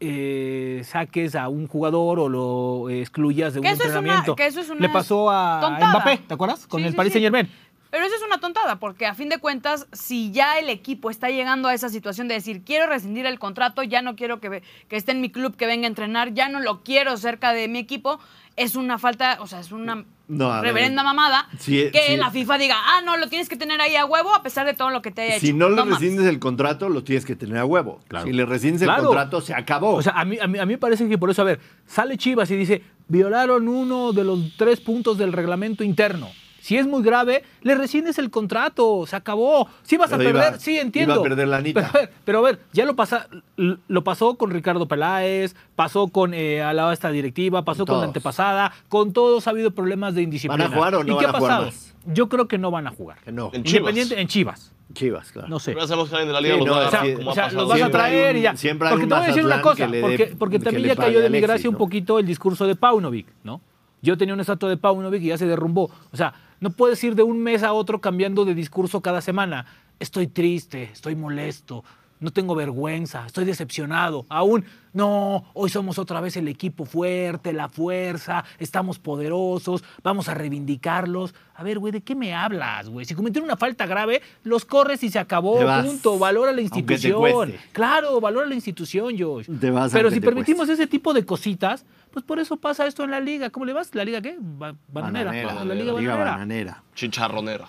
D: eh, saques a un jugador o lo excluyas de un
B: Que eso es una-
D: entrenamiento.
B: que eso es una
D: Le pasó a
B: tontada.
D: Mbappé, ¿te acuerdas? Con
B: Sí,
D: el
B: sí,
D: Paris
B: sí.
D: Saint Germain.
B: Pero eso es una tontada, porque a fin de cuentas, si ya el equipo está llegando a esa situación de decir, quiero rescindir el contrato, ya no quiero que, que esté en mi club, que venga a entrenar, ya no lo quiero cerca de mi equipo, es una falta, o sea, es una
A: No, a ver.
B: reverenda mamada
A: Sí,
B: que
A: sí.
B: la FIFA diga, ah, no, lo tienes que tener ahí a huevo a pesar de todo lo que te haya hecho.
A: Si no le
B: mames.
A: rescindes el contrato, lo tienes que tener a huevo.
D: Claro.
A: Si le rescindes
D: Claro.
A: el contrato, se acabó.
D: O sea, a mí, a, mí, a mí me parece que por eso, a ver, sale Chivas y dice, violaron uno de los tres puntos del reglamento interno. Si es muy grave, le rescindes el contrato, se acabó. Sí vas
A: Pero
D: a
A: iba-
D: perder, sí entiendo.
A: iba a perder la anita.
D: Pero a ver, pero a ver, ya lo pasa, l- lo pasó con Ricardo Peláez, pasó con eh, a la esta directiva, pasó con
A: Todos.
D: la antepasada, con todos ha habido problemas de indisciplina.
A: jugar o no
D: ¿Y qué
A: van a
D: ha
A: jugar
D: pasado?
A: más?
D: Yo creo que no van a jugar.
A: Que no.
C: En
D: Independiente
C: Chivas.
D: en Chivas,
A: Chivas, claro.
D: no sé.
C: Pero ya sabemos que alguien de la liga
A: Sí,
C: los
A: no,
C: va a
D: O sea,
C: agarrar,
A: sí,
C: como
D: o
C: ha
D: sea,
C: pasado
D: los vas a
A: siempre.
D: traer
A: hay
D: y
A: un-
D: ya.
A: siempre hay
D: porque
A: un
D: te voy a decir una
A: Mazatlán
D: cosa,
A: que le dé-
D: porque, porque
A: que
D: también
A: le
D: ya
A: falle
D: cayó de mi
A: Alexis,
D: gracia un
A: ¿no?
D: poquito el discurso de Paunovic, ¿no? Yo tenía una estatua de Paunovic y ya se derrumbó. O sea, no puedes ir de un mes a otro cambiando de discurso cada semana. Estoy triste, estoy molesto, no tengo vergüenza, estoy decepcionado. Aún, no, hoy somos otra vez el equipo fuerte, la fuerza, estamos poderosos, vamos a reivindicarlos. A ver, güey, ¿de qué me hablas, güey? Si cometieron una falta grave, los corres y se acabó,
A: Te vas,
D: punto. Valora la
A: aunque te
D: institución.
A: cueste.
D: Claro, valora la institución, Josh.
A: Te vas
D: Pero
A: aunque
D: si
A: te
D: permitimos ese tipo de cositas, pues por eso pasa esto en la liga. ¿Cómo le vas? ¿La liga qué? Ba- bananera.
A: Bananera,
D: La liga
A: Liga
D: bananera.
A: bananera.
C: Chicharronera.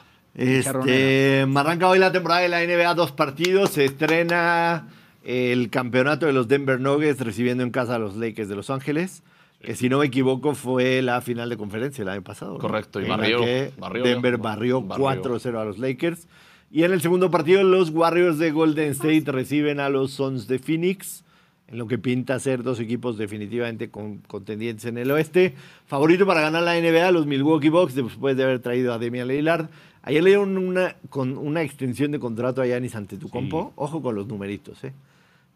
A: Este, arranca hoy la temporada de la NBA, dos partidos. Se estrena el campeonato de los Denver Nuggets recibiendo en casa a los Lakers de Los Ángeles. Que si no me equivoco fue la final de conferencia el año pasado. ¿no?
C: Correcto, y
A: En la
C: barrió,
A: que
C: barrió,
A: Denver
C: ¿no?
A: barrió,
C: Barrió.
A: 4-0 a los Lakers. Y en el segundo partido los Warriors de Golden State reciben a los Suns de Phoenix. En lo que pinta ser dos equipos definitivamente con- contendientes en el oeste. Favorito para ganar la NBA, los Milwaukee Bucks, después de haber traído a Demian Lillard. Ayer le dieron una, con una extensión de contrato a Giannis ante tu compo. Ojo con los numeritos, ¿eh?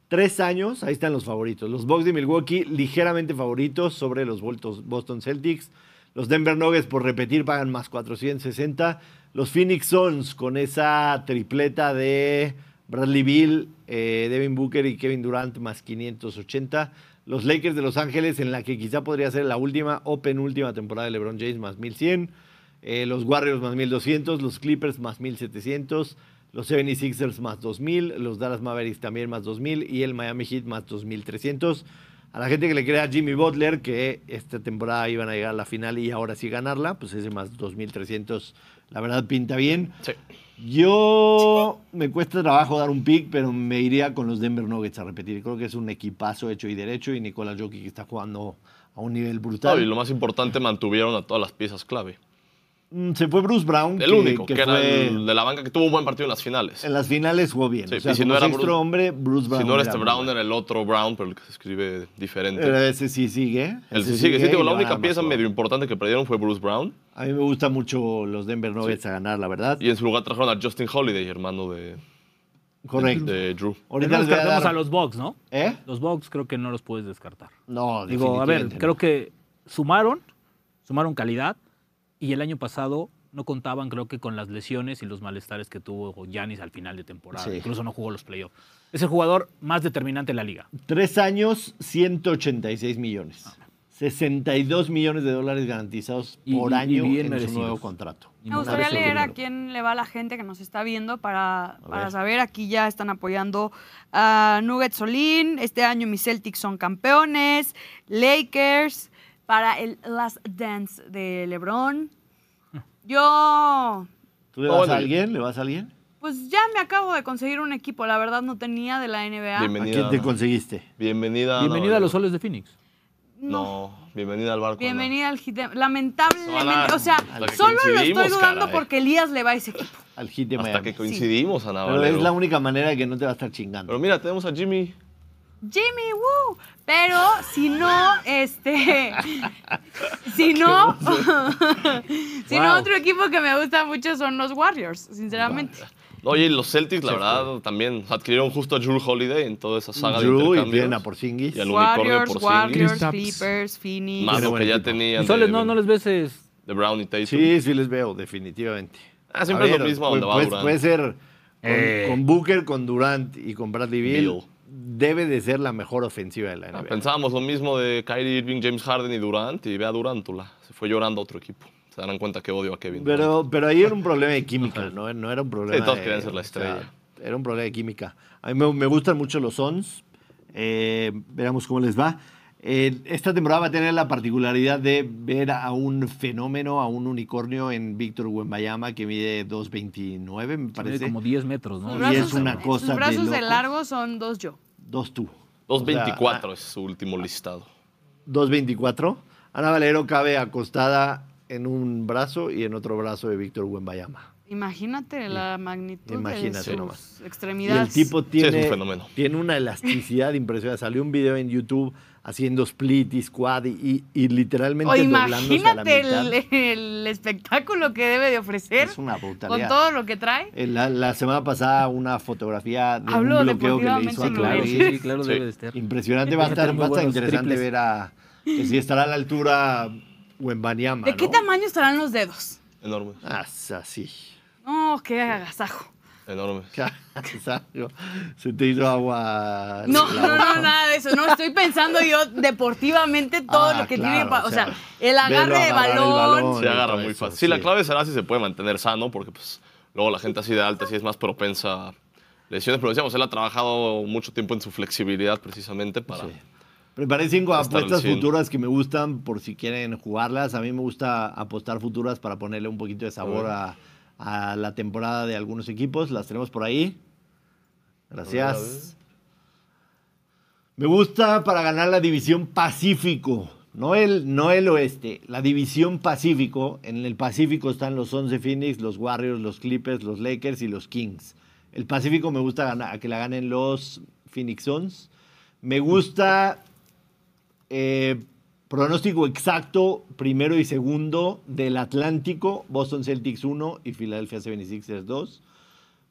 A: Tres años, ahí están los favoritos. Los Bucks de Milwaukee ligeramente favoritos sobre los Boltos- Boston Celtics. Los Denver Nuggets, por repetir, pagan más 460. Los Phoenix Suns con esa tripleta de Bradley Bill, eh, Devin Booker y Kevin Durant más 580. Los Lakers de Los Ángeles, en la que quizá podría ser la última o penúltima temporada de LeBron James, más 1100. Eh, los Warriors más 1200. Los Clippers más 1700. Los 76ers más 2000. Los Dallas Mavericks también más 2000. Y el Miami Heat más 2300. A la gente que le crea a Jimmy Butler que esta temporada iban a llegar a la final y ahora sí ganarla, pues ese más 2300, la verdad pinta bien.
C: Sí.
A: Yo me cuesta trabajo dar un pick, pero me iría con los Denver Nuggets a repetir. Creo que es un equipazo hecho y derecho y Nicolás Jokic está jugando a un nivel
C: No,
A: brutal.
C: y lo más importante, mantuvieron a todas las piezas clave.
A: Mm, Se fue Bruce Brown,
C: El
A: que-
C: único, que,
A: que,
C: era
A: fue-
C: el de la banca que tuvo un buen partido en las finales.
A: en las finales jugó bien.
C: Sí,
A: o sea,
C: y si
A: como
C: no era
A: sexto
C: Bruce-
A: hombre, Bruce Brown.
C: si no era
A: era
C: este
A: muy
C: Brown,
A: bueno.
C: era el otro Brown, pero el que se escribe diferente.
A: Pero ese sí eh, sigue.
C: el
A: ese
C: sí sigue, sí, digo,
A: y
C: la
A: lo
C: única
A: gana
C: pieza
A: Maslow.
C: medio importante que perdieron fue Bruce Brown.
A: A mí me gusta mucho los Denver Nuggets a ganar, la verdad.
C: Y en su lugar trajeron a Justin Holiday, hermano de,
A: Correcto.
C: de Drew.
D: Pero
A: Ahorita
D: no
A: les voy a
D: descartamos
A: dar-
D: a los Bucks, ¿no?
A: ¿Eh?
D: Los Bucks creo que no los puedes descartar.
A: No,
D: Digo, a ver,
A: definitivamente
D: creo
A: no.
D: que sumaron, sumaron calidad y el año pasado no contaban, creo que con las lesiones y los malestares que tuvo Yanis al final de temporada.
A: Sí.
D: Incluso no jugó los playoffs. Es el jugador más determinante de la liga.
A: Tres años, 186 millones. 62 millones de dólares garantizados
D: Ah. Y-
A: por
D: y- y
A: año
D: bien
A: en su
D: merecidos.
A: nuevo contrato.
D: Y
B: Me
D: no
B: gustaría
D: merece
A: Sobre
B: leer a
A: dinero.
B: quién le va la gente que nos está viendo para,
A: A
B: para
A: ver.
B: saber. Aquí ya están apoyando a Nugget Solín. Este año mis Celtics son campeones. Lakers para el Last Dance de LeBron. Yo,
A: ¿Tú le
C: Oh,
A: vas
C: bueno,
A: a alguien? ¿Le vas a alguien?
B: pues ya me acabo de conseguir un equipo. La verdad no tenía de la NBA.
A: ¿A
C: Bienvenida.
A: quién te conseguiste?
C: Bienvenida.
D: Bienvenido a los
C: no,
D: soles de Phoenix.
C: No, bienvenida al barco.
B: Bienvenida al hit. de-
C: Ana,
B: Lamentablemente, o sea,
C: hasta que
B: solo lo estoy
C: coincidimos,
B: dudando
C: caray.
B: porque Elías le va a ese equipo.
A: Al hit de
C: Ana. Hasta
A: Miami.
C: que coincidimos, Ana
A: Pero
C: Valero.
A: es la única manera que no te va a estar chingando.
C: Pero mira, tenemos a Jimmy.
B: Jimmy, woo. Pero si no, este. si no. si no,
D: Wow.
B: otro equipo que me gusta mucho son los Warriors, sinceramente.
C: Oye, y los Celtics, la verdad, también adquirieron justo a Drew Holiday en toda esa saga de
A: Drew y
C: intercambios.
A: tienen a Porzingis.
C: Y al- El unicornio
B: Warriors,
C: por
B: Warriors,
E: Kristaps.
B: Clippers, Phoenix.
C: Más
A: Tiene
C: lo
A: buen
C: que ya
A: equipo.
C: tenían
D: Los soles
C: de,
D: no, no les ves. es-
C: de Brown y Tatum.
A: Sí, sí les veo, definitivamente.
C: Ah, siempre
A: A
C: es lo mismo donde va
A: puede,
C: Durant.
A: puede ser con,
D: Eh.
A: con Booker, con Durant y con Bradley Beal.
C: Beal.
A: Debe de ser la mejor ofensiva de la
C: Ah,
A: NBA.
C: Pensábamos lo mismo de Kyrie Irving, James Harden y Durant, y ve a Durantula. Se fue llorando a otro equipo. Se darán cuenta que odio a Kevin. Durant.
A: Pero, pero ahí era un problema de química, ¿no? No era un problema.
C: Sí, todos
A: de-
C: querían ser la
A: o sea,
C: estrella.
A: era un problema de química. A mí me, me gustan mucho los Sons. Eh, veamos cómo les va. Eh, esta temporada va a tener la particularidad de ver a un fenómeno, a un unicornio en Víctor Wembayama que mide 2.29, me
D: mide
A: parece.
D: como 10 metros, ¿no?
B: Sus
A: Y
B: brazos,
A: es una cosa de
B: sus brazos de,
A: locos.
B: largo son dos yo.
A: Dos tú.
C: 2.24
A: O sea, ah.
C: es su último listado.
A: 2.24. Ana Valero cabe acostada en un brazo y en otro brazo de Víctor Wembayama.
B: Imagínate la magnitud
A: Mm. Imagínate
B: de sus
A: nomás. Y
B: extremidades.
A: el tipo tiene,
C: un fenómeno.
A: tiene una elasticidad impresionante. Salió un video en YouTube haciendo split y squad y, y- y literalmente
B: O
A: doblándose a la
B: Oh, imagínate
A: mitad.
B: el, el espectáculo que debe de ofrecer
A: Es una
B: con
A: brutalidad.
B: todo lo que trae.
A: Eh, La, la semana pasada una fotografía de
B: Hablo
A: un bloqueo que le
B: deportivamente
A: hizo a
D: Sí, claro,
B: Claro,
D: sí,
A: Claudio.
D: sí, claro,
C: sí.
D: debe de estar.
A: Impresionante, va a
D: Tiene
A: estar,
D: muy
A: va a estar
D: buenos
A: interesante
D: triples.
A: ver a que si estará a la altura Wembanyama.
B: ¿De qué
A: ¿no?
B: tamaño estarán los dedos?
C: Enorme,
A: Ah, es así.
B: No, qué agasajo.
C: enorme.
A: Exacto. Se te hizo agua.
B: No,
A: la boca.
B: no, no, nada de eso. No, estoy pensando yo deportivamente todo
A: Ah,
B: lo que
A: claro,
B: tiene. pa-
A: o
B: O sea,
A: sea,
B: el
A: verlo
B: agarre de
A: agarrar el
B: balón.
A: balón.
C: Se agarra
A: Todo
C: muy
A: eso,
C: fácil. Sí, la
A: sí.
C: clave será si se puede mantener sano, porque pues, luego la gente así de alta sí es más propensa a lesiones. Pero decíamos, él ha trabajado mucho tiempo en su flexibilidad precisamente para...
A: Sí. Preparé cinco
C: Hasta
A: apuestas
C: el cien.
A: futuras que me gustan por si quieren jugarlas. A mí me gusta apostar futuras para ponerle un poquito de sabor a, a la temporada de algunos equipos. Las tenemos por ahí. Gracias. Me gusta para ganar la división Pacífico. No el, no el oeste, la división Pacífico. En el Pacífico están los 11 Phoenix, los Warriors, los Clippers, los Lakers y los Kings. El Pacífico me gusta ganar- que la ganen los Phoenix Suns. Me gusta eh, pronóstico exacto, primero y segundo del Atlántico, Boston Celtics 1 y Philadelphia 76ers 2.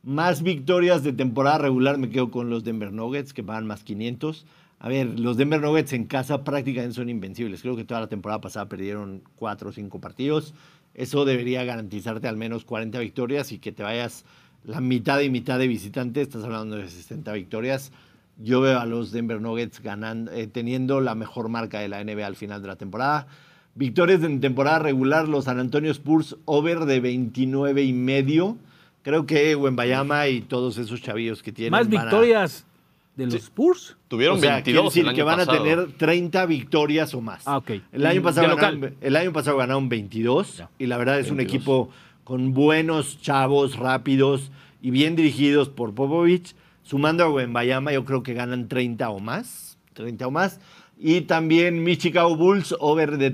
A: más victorias de temporada regular me quedo con los Denver Nuggets, que van más 500. A ver, los Denver Nuggets en casa prácticamente son invencibles. Creo que toda la temporada pasada perdieron 4 o 5 partidos. Eso debería garantizarte al menos 40 victorias y que te vayas la mitad y mitad de visitantes. Estás hablando de 60 victorias. Yo veo a los Denver Nuggets ganando, eh, teniendo la mejor marca de la NBA al final de la temporada. Victorias en temporada regular, los San Antonio Spurs over de 29 y medio. Creo que Wembayama y todos esos chavillos que tienen.
D: Más
A: van a-
D: victorias de los
C: Sí.
D: Spurs.
C: Tuvieron
A: o sea, quiere
C: 22
A: decir
C: el año
A: que van
C: pasado.
A: a tener 30 victorias o más.
D: Ah, ok.
A: El año
D: De
A: pasado,
D: local.
A: ganaron, el año pasado ganaron 22
D: Ya.
A: y la verdad es un
C: 22.
A: equipo con buenos chavos, rápidos y bien dirigidos por Popovich. Sumando a Wembayama, yo creo que ganan 30 o más. 30 o más. Y también mi Chicago Bulls, over de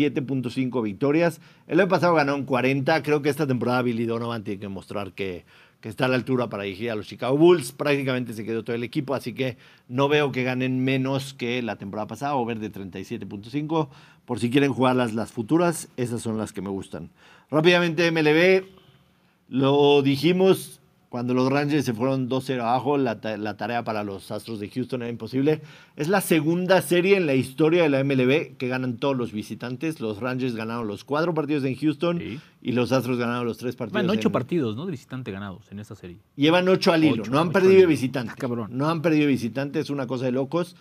A: 37.5 victorias. El año pasado ganaron 40. Creo que esta temporada Billy Donovan tiene que mostrar que, que está a la altura para dirigir a los Chicago Bulls. Prácticamente se quedó todo el equipo, así que no veo que ganen menos que la temporada pasada, over de 37.5. Por si quieren jugarlas las futuras, esas son las que me gustan. Rápidamente, MLB, lo dijimos cuando los Rangers se fueron 2-0 abajo, la, ta- la tarea para los Astros de Houston era imposible. Es la segunda serie en la historia de la MLB que ganan todos los visitantes. Los Rangers ganaron los cuatro partidos en Houston
D: Sí.
A: y los Astros ganaron los tres partidos.
D: Van ocho
A: en-
D: partidos, ¿no? De visitante ganados en esta serie.
A: Llevan ocho al hilo,
D: Ocho,
A: no han
D: ocho al
A: perdido
D: hilo.
A: visitantes.
D: Ah, cabrón.
A: No han perdido visitantes, es una cosa de locos.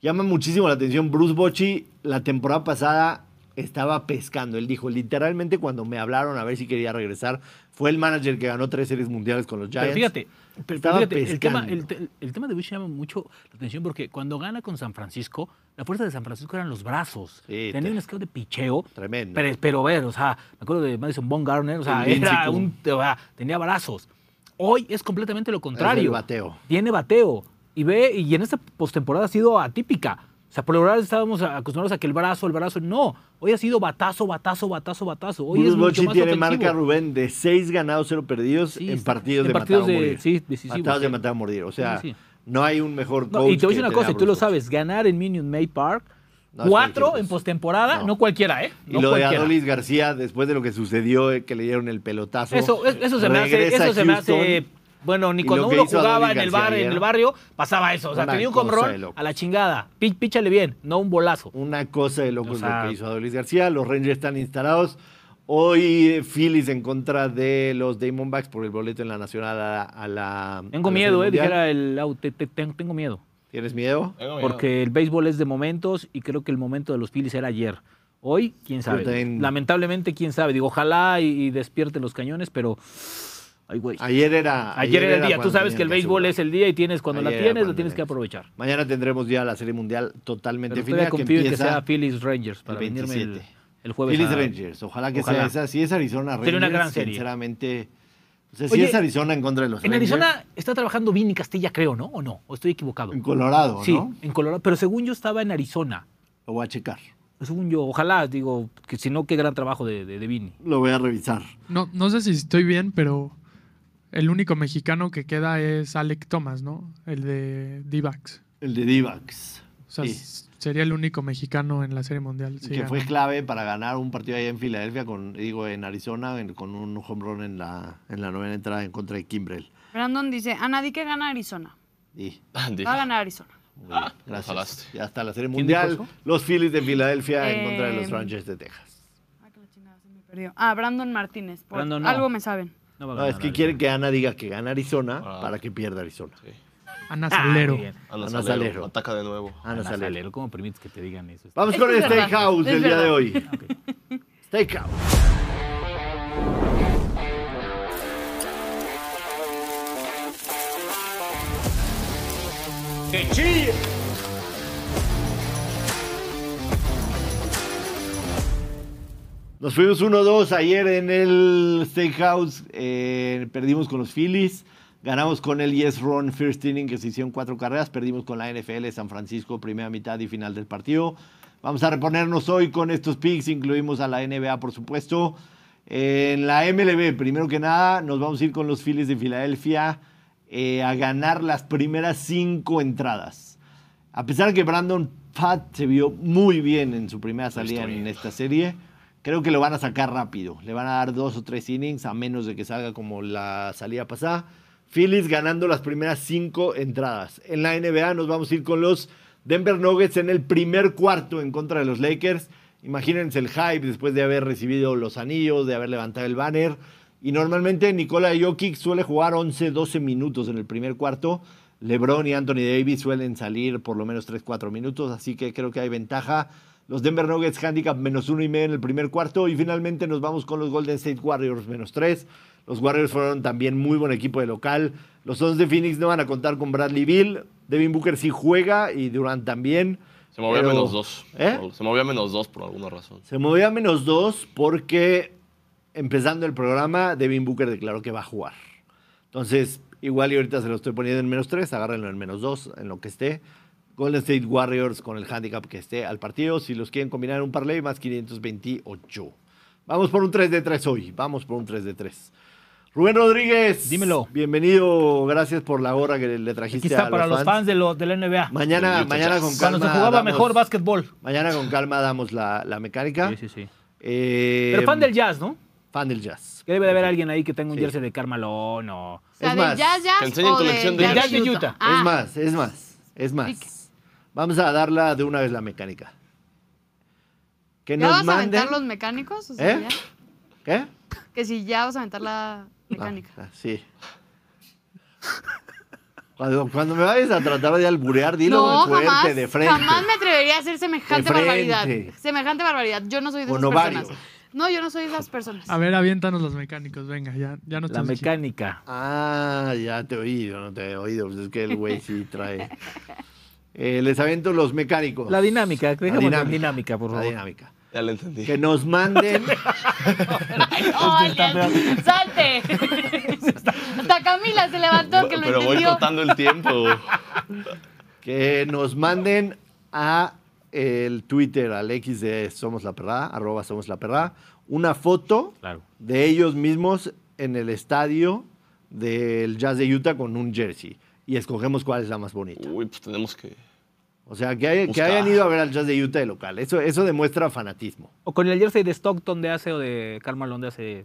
A: Llama muchísimo la atención Bruce Bochy. La temporada pasada estaba pescando. Él dijo, literalmente cuando me hablaron a ver si quería regresar, fue el manager que ganó tres series mundiales con los Giants.
D: Pero fíjate, pero- pero
A: Estaba
D: fíjate, el, tema,
A: pescando.
D: el te- el tema de Bush llama mucho la atención porque cuando gana con San Francisco, la fuerza de San Francisco eran los brazos.
A: Sí,
D: Tenía
A: te-
D: un esquema de picheo.
A: Tremendo.
D: Pero, pero ver, o sea, me acuerdo de Madison Baumgartner, o sea,
A: El Lindsey
D: era
A: Coon.
D: un, o sea, tenía brazos. Hoy es completamente lo
A: Es el
D: contrario.
A: bateo.
D: Tiene bateo. Y ve, y en esta postemporada ha sido atípica. O sea, por lo general estábamos acostumbrados a que el brazo, el brazo. No, hoy ha sido batazo, batazo, batazo, batazo. Hoy es
A: Bruce
D: mucho
A: Bochy
D: más
A: tiene
D: ofensivo.
A: marca, Rubén, de seis ganados, cero perdidos
D: Sí,
A: en
D: está-
A: partidos
D: en
A: de
D: partidos
A: matar o
D: de-
A: morir.
D: sí, decisivos,
A: Matados de
D: sí.
A: matar o morir. O sea,
D: Sí, sí.
A: no hay un mejor
D: No,
A: coach
D: y te voy a
A: que
D: decir una
A: dé
D: cosa, y tú
A: Bruce
D: lo
A: Bochy.
D: sabes, ganar en Minion May Park,
A: No es
D: cuatro
A: cualquier
D: en
A: cosa.
D: postemporada,
A: No.
D: no. cualquiera, ¿eh?
A: Y
D: No
A: lo de
D: cualquiera.
A: Adolis García, después de lo que sucedió, eh, que le dieron el pelotazo.
D: Eso, es- eso se me hace,
A: regresa a
D: eso se me
A: Houston.
D: hace. Bueno, ni
A: Y
D: cuando
A: lo que
D: uno
A: hizo
D: jugaba
A: Adolis
D: en el
A: García
D: bar, en
A: ayer.
D: el barrio, pasaba eso. O sea,
A: Una
D: tenía un
A: cosa de
D: comrón
A: locos.
D: a la chingada. Pí- Píchale bien, no un bolazo.
A: Una cosa de locos
D: O sea-
A: lo que hizo Adolis García. Los Rangers están instalados. Hoy eh, Phillies en contra de los Diamondbacks por el boleto en la nacional a, a la.
D: Tengo
A: a la
D: miedo,
A: Serie
D: eh,
A: Mundial.
D: dijera el au, te- te- ten- tengo miedo.
A: ¿Tienes miedo?
C: Tengo miedo.
D: Porque el béisbol es de momentos y creo que el momento de los Phillies era ayer. Hoy, quién sabe.
A: también-
D: Lamentablemente, quién sabe. Digo, ojalá y, y despierten los cañones, pero. Ay, güey.
A: Ayer era.
D: Ayer era el día. Tú
A: cuando
D: sabes que el
A: tenían
D: béisbol
A: asegurar.
D: es el día y tienes cuando
A: Ayer
D: la
A: era
D: tienes,
A: cuando
D: la tienes que
A: tenías.
D: aprovechar.
A: Mañana tendremos ya la Serie Mundial totalmente
D: Pero
A: final.
D: todavía confío
A: que
D: en que
A: empieza
D: sea Phillies Rangers para
A: el
D: venirme el,
A: 27.
D: el jueves.
A: Phillies
D: a-
A: Rangers. Ojalá que sea
D: Ojalá.
A: esa. Si es Arizona Rangers,
D: Sería una gran serie.
A: sinceramente. O sea, si
D: Oye,
A: es Arizona en contra de los
D: En
A: Rangers.
D: Arizona está trabajando Vini Castilla, creo, ¿no? ¿O no? ¿O estoy equivocado?
A: En Colorado,
D: sí,
A: ¿no?
D: en Colorado. Pero según yo estaba en Arizona.
A: Lo voy a checar.
D: Según yo, ojalá, digo, que si no, qué gran trabajo de, de, de Vini.
A: Lo voy a revisar.
E: No, no sé si estoy bien, pero el único mexicano que queda es Alec Thomas, ¿no? El de D-Backs.
A: El de Divax.
E: O sea,
A: Sí.
E: s- sería el único mexicano en la Serie Mundial. sí,
A: que
E: ganó.
A: fue clave para ganar un partido ahí en Filadelfia, con, digo, en Arizona, en- con un home run en la, en la novena entrada en contra de Kimbrel.
B: Brandon dice, a nadie que gana Arizona.
A: Y,
C: Andy.
B: Va a ganar Arizona.
A: muy bien, Ah, gracias.
C: salaste.
A: Ya está la serie
D: ¿Quién dijo
A: mundial.
D: eso?
A: Los Phillies de Filadelfia en contra de los
B: Em,
A: Rangers de Texas.
B: Ah, que la chingada, se me perdió. Ah, Brandon Martínez. por-
D: Brandon, no.
B: Algo me saben.
D: No, va a
A: No, es
D: ganar
A: que
D: Arizona.
A: quieren que Ana diga que gana Arizona
C: Ah.
A: para que pierda Arizona.
C: Sí.
E: Ana
D: Ah, muy
E: Salero.
D: bien.
C: Ana,
A: Ana
C: Salero,
A: Salero.
C: Ataca de nuevo.
A: Ana
D: Ana
A: Salero.
D: Salero, ¿cómo permites que te digan eso?
A: Vamos
B: Es
A: con
B: que
A: el
B: es verdad,
A: Steakhouse
B: es
A: del día de
B: verdad.
A: hoy. Steakhouse. Nos fuimos 1-2 ayer en el Steakhouse. eh, perdimos con los Phillies. Ganamos con el Yes Run First Inning, que se hicieron cuatro carreras. Perdimos con la NFL San Francisco, primera mitad y final del partido. Vamos a reponernos hoy con estos picks. Incluimos a la NBA, por supuesto. En la MLB, primero que nada, nos vamos a ir con los Phillies de Filadelfia eh, a ganar las primeras cinco entradas. A pesar de que Brandon Pat se vio muy bien en su primera salida
C: estoy
A: en
C: viendo.
A: esta serie, creo que lo van a sacar rápido. Le van a dar dos o tres innings, a menos de que salga como la salida pasada. Phillies ganando las primeras cinco entradas. En la NBA nos vamos a ir con los Denver Nuggets en el primer cuarto en contra de los Lakers. Imagínense el hype después de haber recibido los anillos, de haber levantado el banner. Y normalmente Nikola Jokic suele jugar 11, 12 minutos en el primer cuarto. LeBron y Anthony Davis suelen salir por lo menos 3, 4 minutos, así que creo que hay ventaja. Los Denver Nuggets handicap menos uno y medio en el primer cuarto. Y finalmente nos vamos con los Golden State Warriors menos 3. Los Warriors fueron también muy buen equipo de local. Los Suns de Phoenix no van a contar con Bradley Bill. Devin Booker sí juega y Durant también.
C: Se movió
A: Pero-
C: a menos dos.
A: ¿Eh?
C: Por- Se movió a menos dos por alguna razón.
A: Se movió a menos dos porque empezando el programa, Devin Booker declaró que va a jugar. Entonces, igual y ahorita se lo estoy poniendo en menos tres, agárrenlo en menos dos, en lo que esté. Golden State Warriors con el handicap que esté al partido. Si los quieren combinar en un parlay, más 528. Vamos por un 3 de 3 hoy. Vamos por un 3 de 3. Rubén Rodríguez.
F: Dímelo.
A: Bienvenido. Gracias por la gorra que le trajiste
F: Aquí está
A: a
F: para los fans de, lo, de la NBA.
A: Mañana,
C: Bendito
A: mañana
C: seas.
A: con calma.
F: Cuando se jugaba
A: damos-
F: mejor básquetbol.
A: Mañana con calma damos la, la mecánica.
F: Sí, sí, sí.
A: Eh,
F: Pero fan del jazz, ¿no?
A: fan del jazz.
F: Que debe de haber alguien ahí que tenga un
A: Sí.
F: jersey de Carmalón o...
B: O sea,
A: Es
B: del
A: más,
B: Jazz
C: que
B: Jazz
C: enseñen
B: o
C: colección
B: del
C: de-
B: Jazz
F: Jazz de
B: Utah.
F: Utah.
B: Ah,
A: Es más, es más, es más.
B: Pique.
A: Vamos a darla de una vez la mecánica. Que
B: ¿Ya
A: nos
B: vas a
A: manden.
B: aventar los mecánicos? O sea,
A: ¿Eh?
B: ya-
A: ¿Qué?
B: Que si ya vas a aventar la mecánica.
A: Ah, ah, sí. Cuando, cuando me vayas a tratar de alburear, dilo
B: no,
A: fuerte,
B: jamás,
A: de frente.
B: jamás me atrevería a hacer
A: De
B: semejante
A: frente.
B: barbaridad. Semejante barbaridad. Yo no soy de
A: Con
B: esas
A: ovario.
B: personas. No, yo no soy de esas personas.
E: A ver, aviéntanos los mecánicos, venga, ya, ya no
F: La
E: estás aquí.
F: mecánica.
A: Ah, ya te he oído, no te he oído. Pues es que el güey sí trae. Eh, les avento los mecánicos.
F: La dinámica.
A: La
F: Dejemos la dinámica, por
A: la
F: favor.
A: dinámica.
C: Ya lo entendí.
A: Que nos manden.
B: Oye, salte. Hasta Camila se levantó que lo
C: Pero voy
B: entendió.
C: contando el tiempo.
A: que nos manden a el Twitter, al X de Somos la Perra, arroba Somos la Perra, una foto
F: Claro.
A: de ellos mismos en el estadio del Jazz de Utah con un jersey. Y escogemos cuál es la más bonita.
C: Uy, pues tenemos que.
A: O sea, que, hay- que
C: Buscar.
A: hayan ido a ver al Jazz de Utah de local. Eso, eso demuestra fanatismo.
F: O con el jersey de Stockton de hace o de Carmalón de hace... de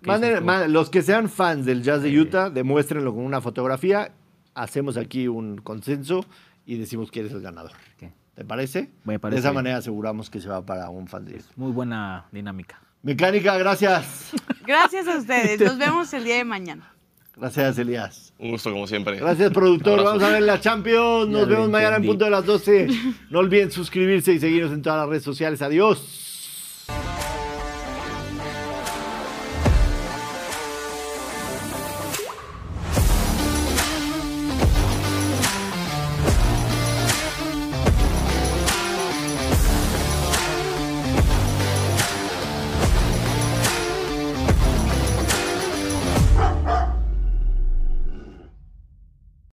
F: que
A: Manden-
F: dices tú.
A: man- los que sean fans del Jazz de Utah, demuéstrenlo con una fotografía. Hacemos aquí un consenso y decimos quién es el ganador.
F: Ok.
A: ¿Te parece?
F: Me parece
A: De esa
F: bien.
A: manera aseguramos que se va para un fan de ellos.
F: Muy buena dinámica.
A: Mecánica, gracias.
B: Gracias a ustedes. Nos vemos el día de mañana.
A: Gracias, Elías.
C: Un gusto, como siempre.
A: Gracias, productor.
C: Abrazo.
A: Vamos a ver la Champions. Nos
F: Ya lo
A: vemos mañana en
F: entendí.
A: punto de las 12. No olviden suscribirse y seguirnos en todas las redes sociales. Adiós.